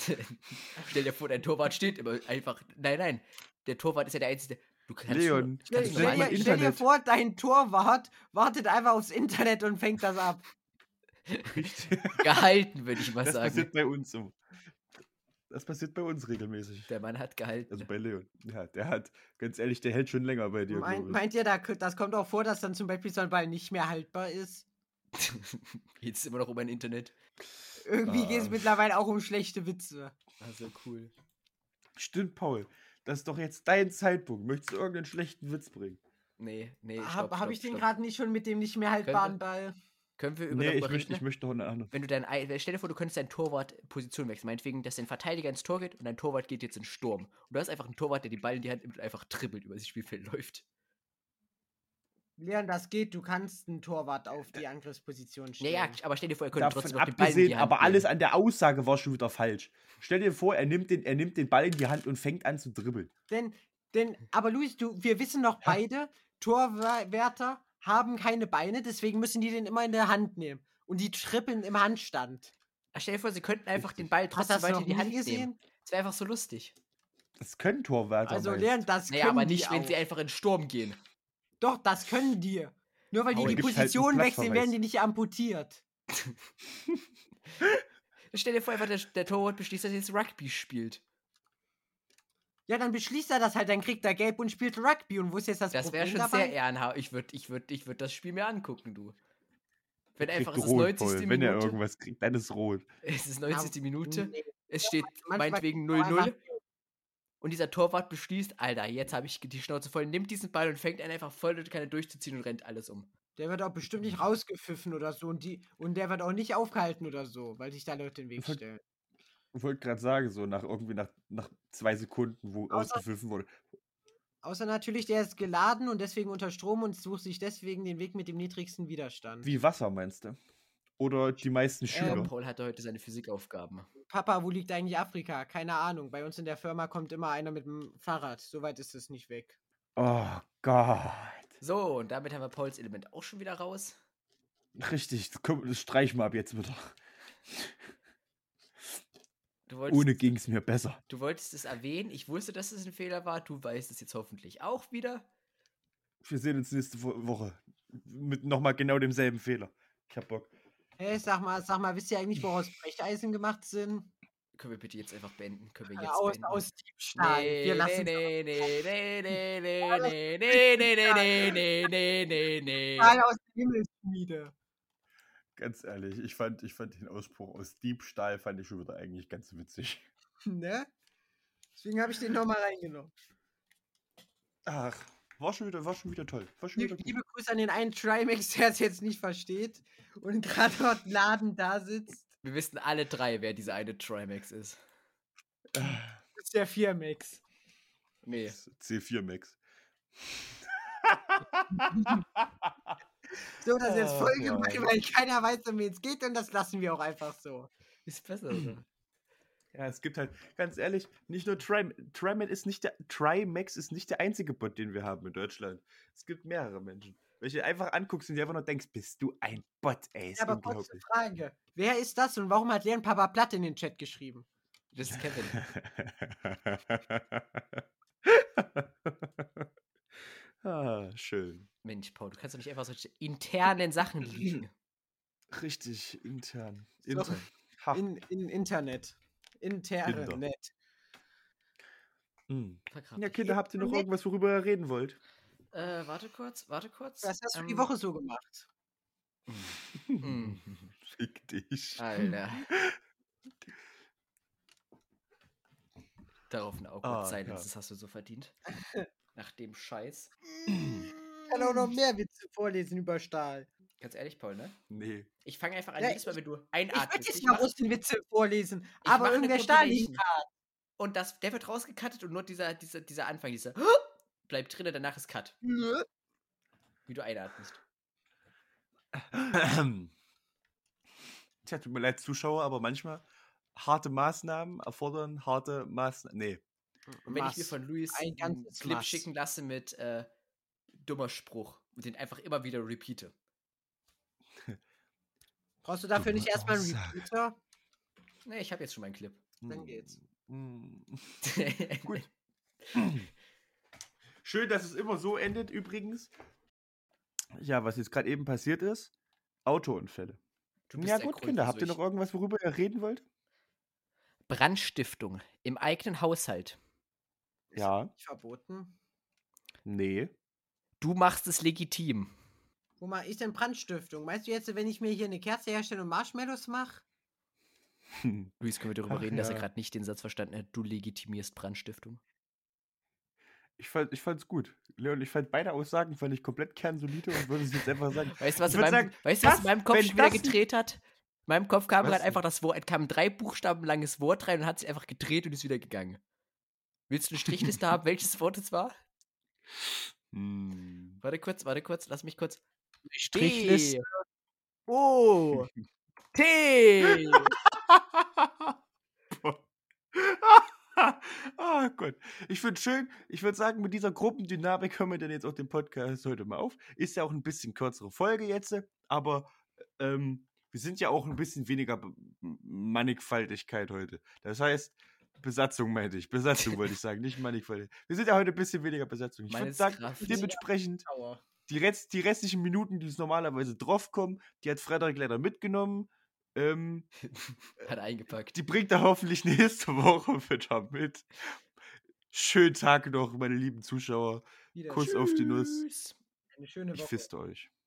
Speaker 2: Stell dir vor, dein Torwart steht immer einfach. Nein, nein. Der Torwart ist ja der Einzige. Du kannst nur-
Speaker 1: Leon,
Speaker 2: kannst
Speaker 1: das nennt
Speaker 2: du
Speaker 1: man
Speaker 2: normal-
Speaker 3: Stell dir, stell dir
Speaker 1: Internet.
Speaker 3: vor, dein Torwart wartet einfach aufs Internet und fängt das ab.
Speaker 1: Richtig.
Speaker 2: gehalten, würde ich mal
Speaker 1: Das
Speaker 2: sagen.
Speaker 1: passiert bei uns. so. Das passiert bei uns regelmäßig.
Speaker 2: Der Mann hat gehalten.
Speaker 1: Also bei Leon. Ja, der hat, ganz ehrlich, der hält schon länger bei dir.
Speaker 3: Meint,
Speaker 1: glaub ich.
Speaker 3: meint ihr, da, k- das kommt auch vor, dass dann zum Beispiel so ein Ball nicht mehr haltbar ist?
Speaker 2: Jetzt immer noch über ein Internet.
Speaker 3: Irgendwie geht
Speaker 2: Ähm.
Speaker 3: es
Speaker 1: Ah.
Speaker 3: mittlerweile auch um schlechte Witze.
Speaker 2: Also cool.
Speaker 1: Stimmt, Paul. Das ist doch jetzt dein Zeitpunkt. Möchtest du irgendeinen schlechten Witz bringen?
Speaker 2: Nee, nee.
Speaker 3: Habe
Speaker 2: stopp,
Speaker 3: Ah, hab
Speaker 2: stopp,
Speaker 3: ich den
Speaker 2: stopp.
Speaker 3: gerade nicht schon mit dem nicht mehr haltbaren Ball?
Speaker 2: Können wir über
Speaker 1: Nee,
Speaker 2: darüber
Speaker 1: ich möchte, ich
Speaker 2: reden?
Speaker 1: möchte noch eine andere.
Speaker 2: Wenn du dein, Ei- stell dir vor, du könntest deinen Torwart Position wechseln, meinetwegen, dass dein Verteidiger ins Tor geht und dein Torwart geht jetzt in Sturm. Und du hast einfach einen Torwart, der die Ball in die Hand nimmt und einfach dribbelt über das Spielfeld läuft.
Speaker 3: Leon, das geht. Du kannst einen Torwart
Speaker 2: Äh,
Speaker 3: auf die Angriffsposition stellen.
Speaker 2: Naja, aber stell dir vor, er könnte
Speaker 1: Davon
Speaker 2: trotzdem noch den Ball in die
Speaker 1: abgesehen,
Speaker 2: Hand
Speaker 1: aber alles
Speaker 2: nehmen.
Speaker 1: an der Aussage war schon wieder falsch. Stell dir vor, er nimmt den, er nimmt den Ball in die Hand und fängt an zu dribbeln.
Speaker 3: denn, denn, aber Luis, du, wir wissen doch beide, Torwärter haben keine Beine, deswegen müssen die den immer in der Hand nehmen. Und die trippeln im Handstand.
Speaker 2: Stell dir vor, sie könnten einfach den Ball
Speaker 3: Hast du
Speaker 2: trotzdem
Speaker 3: das
Speaker 2: weiter
Speaker 3: noch
Speaker 2: in die
Speaker 3: nie
Speaker 2: Hand
Speaker 3: gesehen?
Speaker 2: nehmen. Das wäre einfach so lustig.
Speaker 1: Das können Torwärter.
Speaker 3: Also
Speaker 1: meist.
Speaker 3: Leon, das
Speaker 2: Naja,
Speaker 3: können
Speaker 2: aber
Speaker 3: die
Speaker 2: nicht, wenn
Speaker 3: auch.
Speaker 2: sie einfach in Sturm gehen.
Speaker 3: Doch, das können die. Nur weil die
Speaker 2: Aber
Speaker 3: die
Speaker 1: gibt's halt einen
Speaker 3: Position wechseln,
Speaker 1: Platzverweis.
Speaker 3: werden die nicht amputiert.
Speaker 2: Stell dir vor, einfach der, der Torwart beschließt, dass er jetzt Rugby spielt.
Speaker 3: Ja, dann beschließt er das halt, dann kriegt er Gelb und spielt Rugby. Und wo ist jetzt das,
Speaker 2: Das wäre
Speaker 3: Problem
Speaker 2: schon
Speaker 3: dabei?
Speaker 2: sehr ehrenhaft. Ich würde ich würd, ich würd das Spiel mir angucken, du. Wenn einfach
Speaker 1: Kriegt
Speaker 2: es ist 90.
Speaker 1: voll.
Speaker 2: Minute.
Speaker 1: Wenn er irgendwas kriegt, dann ist rot.
Speaker 2: Es ist 90. Minute.
Speaker 3: Nee,
Speaker 2: Es steht
Speaker 3: manchmal
Speaker 2: meinetwegen
Speaker 3: kriegt man einfach-
Speaker 2: 0-0. Und dieser Torwart beschließt, Alter, jetzt habe ich die Schnauze voll, nimmt diesen Ball und fängt einen einfach voll durch die Kanne durchzuziehen und rennt alles um.
Speaker 3: Der wird auch bestimmt nicht rausgepfiffen oder so. Und, die, und der wird auch nicht aufgehalten oder so, weil sich da Leute in den Weg
Speaker 1: Voll-
Speaker 3: stellen.
Speaker 1: Ich wollte gerade sagen, so nach irgendwie nach, nach zwei Sekunden, wo
Speaker 3: Außer-
Speaker 1: ausgepfiffen wurde.
Speaker 3: Außer natürlich, der ist geladen und deswegen unter Strom und sucht sich deswegen den Weg mit dem niedrigsten Widerstand.
Speaker 1: Wie Wasser meinst du? Oder die meisten Schüler.
Speaker 2: Äh, Paul hatte heute seine Physikaufgaben.
Speaker 3: Papa, wo liegt eigentlich Afrika? Keine Ahnung. Bei uns in der Firma kommt immer einer mit dem Fahrrad. Soweit ist es nicht weg.
Speaker 1: oh Gott.
Speaker 2: So, und damit haben wir Pauls Element auch schon wieder raus.
Speaker 1: Richtig, das, können, das streichen wir ab jetzt wieder.
Speaker 2: Du wolltest,
Speaker 1: Ohne ging es mir besser.
Speaker 2: du wolltest es erwähnen. Ich wusste, dass es ein Fehler war. Du weißt es jetzt hoffentlich auch wieder.
Speaker 1: Wir sehen uns nächste Wo- Woche. Mit nochmal genau demselben Fehler. Ich hab Bock.
Speaker 3: Hey, sag mal, sag mal, wisst ihr eigentlich, woraus Brecheisen gemacht sind?
Speaker 2: Können wir bitte jetzt einfach beenden? Können wir jetzt
Speaker 3: Aus,
Speaker 2: beenden?
Speaker 3: aus Diebstahl.
Speaker 2: Nee,
Speaker 3: Wir
Speaker 2: nee,
Speaker 3: lassen
Speaker 2: nee, nee, nee, nee, nee, nee, nee, nee, nee, nee, nee, nee.
Speaker 3: Stahl aus der Himmelsschmiede.
Speaker 1: Ganz ehrlich, ich fand, ich fand den Ausspruch aus Diebstahl fand ich schon wieder eigentlich ganz witzig.
Speaker 3: Ne? Deswegen habe ich den nochmal reingenommen.
Speaker 1: Ach, war schon wieder, war schon wieder toll. War schon wieder gut.
Speaker 3: Liebe Grüße an den einen Trimax, der es jetzt nicht versteht und gerade dort laden da sitzt.
Speaker 2: Wir wissen alle drei, wer dieser eine Trimax ist.
Speaker 3: Das ist der 4-Max.
Speaker 2: Nee.
Speaker 1: C4 Max.
Speaker 3: So, das ist jetzt
Speaker 1: Oh
Speaker 3: voll
Speaker 1: Gott.
Speaker 3: gemein, weil keiner weiß, um wen es geht und das lassen wir auch einfach so.
Speaker 2: Ist besser so.
Speaker 1: Ja, es gibt halt, ganz ehrlich, nicht nur Trim, Trimax ist nicht der, Trimax ist nicht der einzige Bot, den wir haben in Deutschland. Es gibt mehrere Menschen, welche einfach anguckst und dir einfach nur denkst, bist du ein Bot, ey, ist
Speaker 3: Ja, aber kurze
Speaker 1: unglaublich.
Speaker 3: Frage. Wer ist das und warum hat Leon Papa Platt in den Chat geschrieben?
Speaker 2: Das ist Kevin.
Speaker 1: ah, schön.
Speaker 2: Mensch, Paul, du kannst doch nicht einfach solche internen Sachen liegen.
Speaker 1: Richtig, intern.
Speaker 3: So.
Speaker 1: Intern. Ha.
Speaker 3: In, in Internet. Internet.
Speaker 1: mm.
Speaker 2: Vergraben.
Speaker 1: Ja, Kinder, habt ihr noch irgendwas, worüber ihr reden wollt?
Speaker 2: Äh, warte kurz, warte kurz.
Speaker 3: Was hast du die
Speaker 2: Ähm,
Speaker 3: Woche so gemacht?
Speaker 1: Hm.
Speaker 2: Mm.
Speaker 1: Fick dich.
Speaker 2: Alter. Darauf ein
Speaker 1: Ah,
Speaker 2: Awkward Silence,
Speaker 1: ja.
Speaker 2: das hast du so verdient. Nach dem Scheiß.
Speaker 3: Ich kann auch noch mehr Witze vorlesen über Stahl.
Speaker 2: Ganz ehrlich, Paul, ne?
Speaker 1: Nee.
Speaker 2: Ich fange einfach an,
Speaker 3: Ja,
Speaker 2: jedes Mal, wenn du
Speaker 3: Ich
Speaker 2: einatmest.
Speaker 3: würde jetzt
Speaker 2: ich
Speaker 3: mal
Speaker 2: mach-
Speaker 3: Russenwitze vorlesen,
Speaker 2: ich mach
Speaker 3: aber
Speaker 2: eine
Speaker 3: irgendwer Stahl
Speaker 2: Compilation.
Speaker 3: liegt da.
Speaker 2: Und das, der wird rausgekattet und nur dieser, dieser, dieser Anfang, dieser bleibt drin, danach ist Cut,
Speaker 3: Nö.
Speaker 2: wie du einatmest.
Speaker 1: Tja, tut mir leid, Zuschauer, aber manchmal harte Maßnahmen erfordern harte Maßnahmen. Nee.
Speaker 2: Und wenn
Speaker 3: Mass.
Speaker 2: ich mir von Luis
Speaker 3: Ein
Speaker 2: einen
Speaker 3: ganzes
Speaker 2: Clip
Speaker 3: Mass.
Speaker 2: schicken lasse mit äh, dummer Spruch und den einfach immer wieder repeate.
Speaker 3: Brauchst du dafür
Speaker 1: Dumme
Speaker 3: nicht erstmal einen
Speaker 1: Aussage.
Speaker 3: Repeater?
Speaker 2: Nee, Ne, ich habe jetzt schon meinen Clip.
Speaker 1: Hm.
Speaker 3: Dann geht's.
Speaker 1: Mm. Gut. Schön, dass es immer so endet übrigens. Ja, was jetzt gerade eben passiert ist, Autounfälle.
Speaker 2: Du bist
Speaker 1: ja
Speaker 2: ein
Speaker 1: gut,
Speaker 2: Grund,
Speaker 1: Kinder,
Speaker 2: wieso
Speaker 1: habt ihr noch
Speaker 2: ich-
Speaker 1: irgendwas, worüber ihr reden wollt?
Speaker 2: Brandstiftung im eigenen Haushalt.
Speaker 1: Ja.
Speaker 3: Nicht verboten.
Speaker 1: Nee.
Speaker 2: Du machst es legitim.
Speaker 3: Wo mache ich denn Brandstiftung? Meinst du jetzt, wenn ich mir hier eine Kerze herstelle und Marshmallows mache?
Speaker 1: Hm.
Speaker 2: Luis, können wir darüber
Speaker 1: Ach
Speaker 2: reden, dass er
Speaker 1: ja.
Speaker 2: gerade nicht den Satz verstanden hat, du legitimierst Brandstiftung.
Speaker 1: Ich, fand, ich fand's gut. Leon, ich fand beide Aussagen fand ich komplett kernsolide und würde es jetzt einfach sagen.
Speaker 2: Weißt du, was,
Speaker 1: Ich
Speaker 2: in
Speaker 1: würd
Speaker 2: meinem,
Speaker 1: sagen,
Speaker 2: weißt, du, was
Speaker 1: das-
Speaker 2: in meinem Kopf
Speaker 1: wenn
Speaker 2: schon wieder
Speaker 1: das-
Speaker 2: gedreht hat? In meinem Kopf kam
Speaker 1: Was
Speaker 2: gerade
Speaker 1: denn?
Speaker 2: einfach das Wort, kam ein drei Buchstaben langes Wort rein und hat sich einfach gedreht und ist wieder gegangen. Willst du eine Strichliste haben, welches Wort es war?
Speaker 1: Hm.
Speaker 2: Warte kurz, warte kurz, lass mich kurz.
Speaker 4: Strichliste.
Speaker 2: D. O.
Speaker 1: Oh. Hm.
Speaker 2: T.
Speaker 1: Ah Gott. Ich finde schön, ich würde sagen, mit dieser Gruppendynamik hören wir dann jetzt auch den Podcast heute mal auf. Ist ja auch ein bisschen kürzere Folge jetzt, aber ähm, wir sind ja auch ein bisschen weniger Be- Mannigfaltigkeit heute. Das heißt, Besatzung meinte ich. Besatzung wollte ich sagen, nicht Mannigfaltigkeit. Wir sind ja heute ein bisschen weniger Besatzung. Ich würde
Speaker 2: Meines
Speaker 1: sagen,
Speaker 2: Kraft.
Speaker 1: dementsprechend
Speaker 3: Dauer.
Speaker 1: die, Rest, die restlichen Minuten, die es normalerweise draufkommen, die hat Frederik leider mitgenommen. Ähm,
Speaker 2: Hat eingepackt.
Speaker 1: die bringt er hoffentlich nächste Woche wieder mit. Schönen Tag noch, meine lieben Zuschauer.
Speaker 3: Wieder.
Speaker 1: Kuss auf die Nuss.
Speaker 2: Tschüss.
Speaker 3: Eine schöne
Speaker 1: Ich
Speaker 3: Woche.
Speaker 1: fiste euch.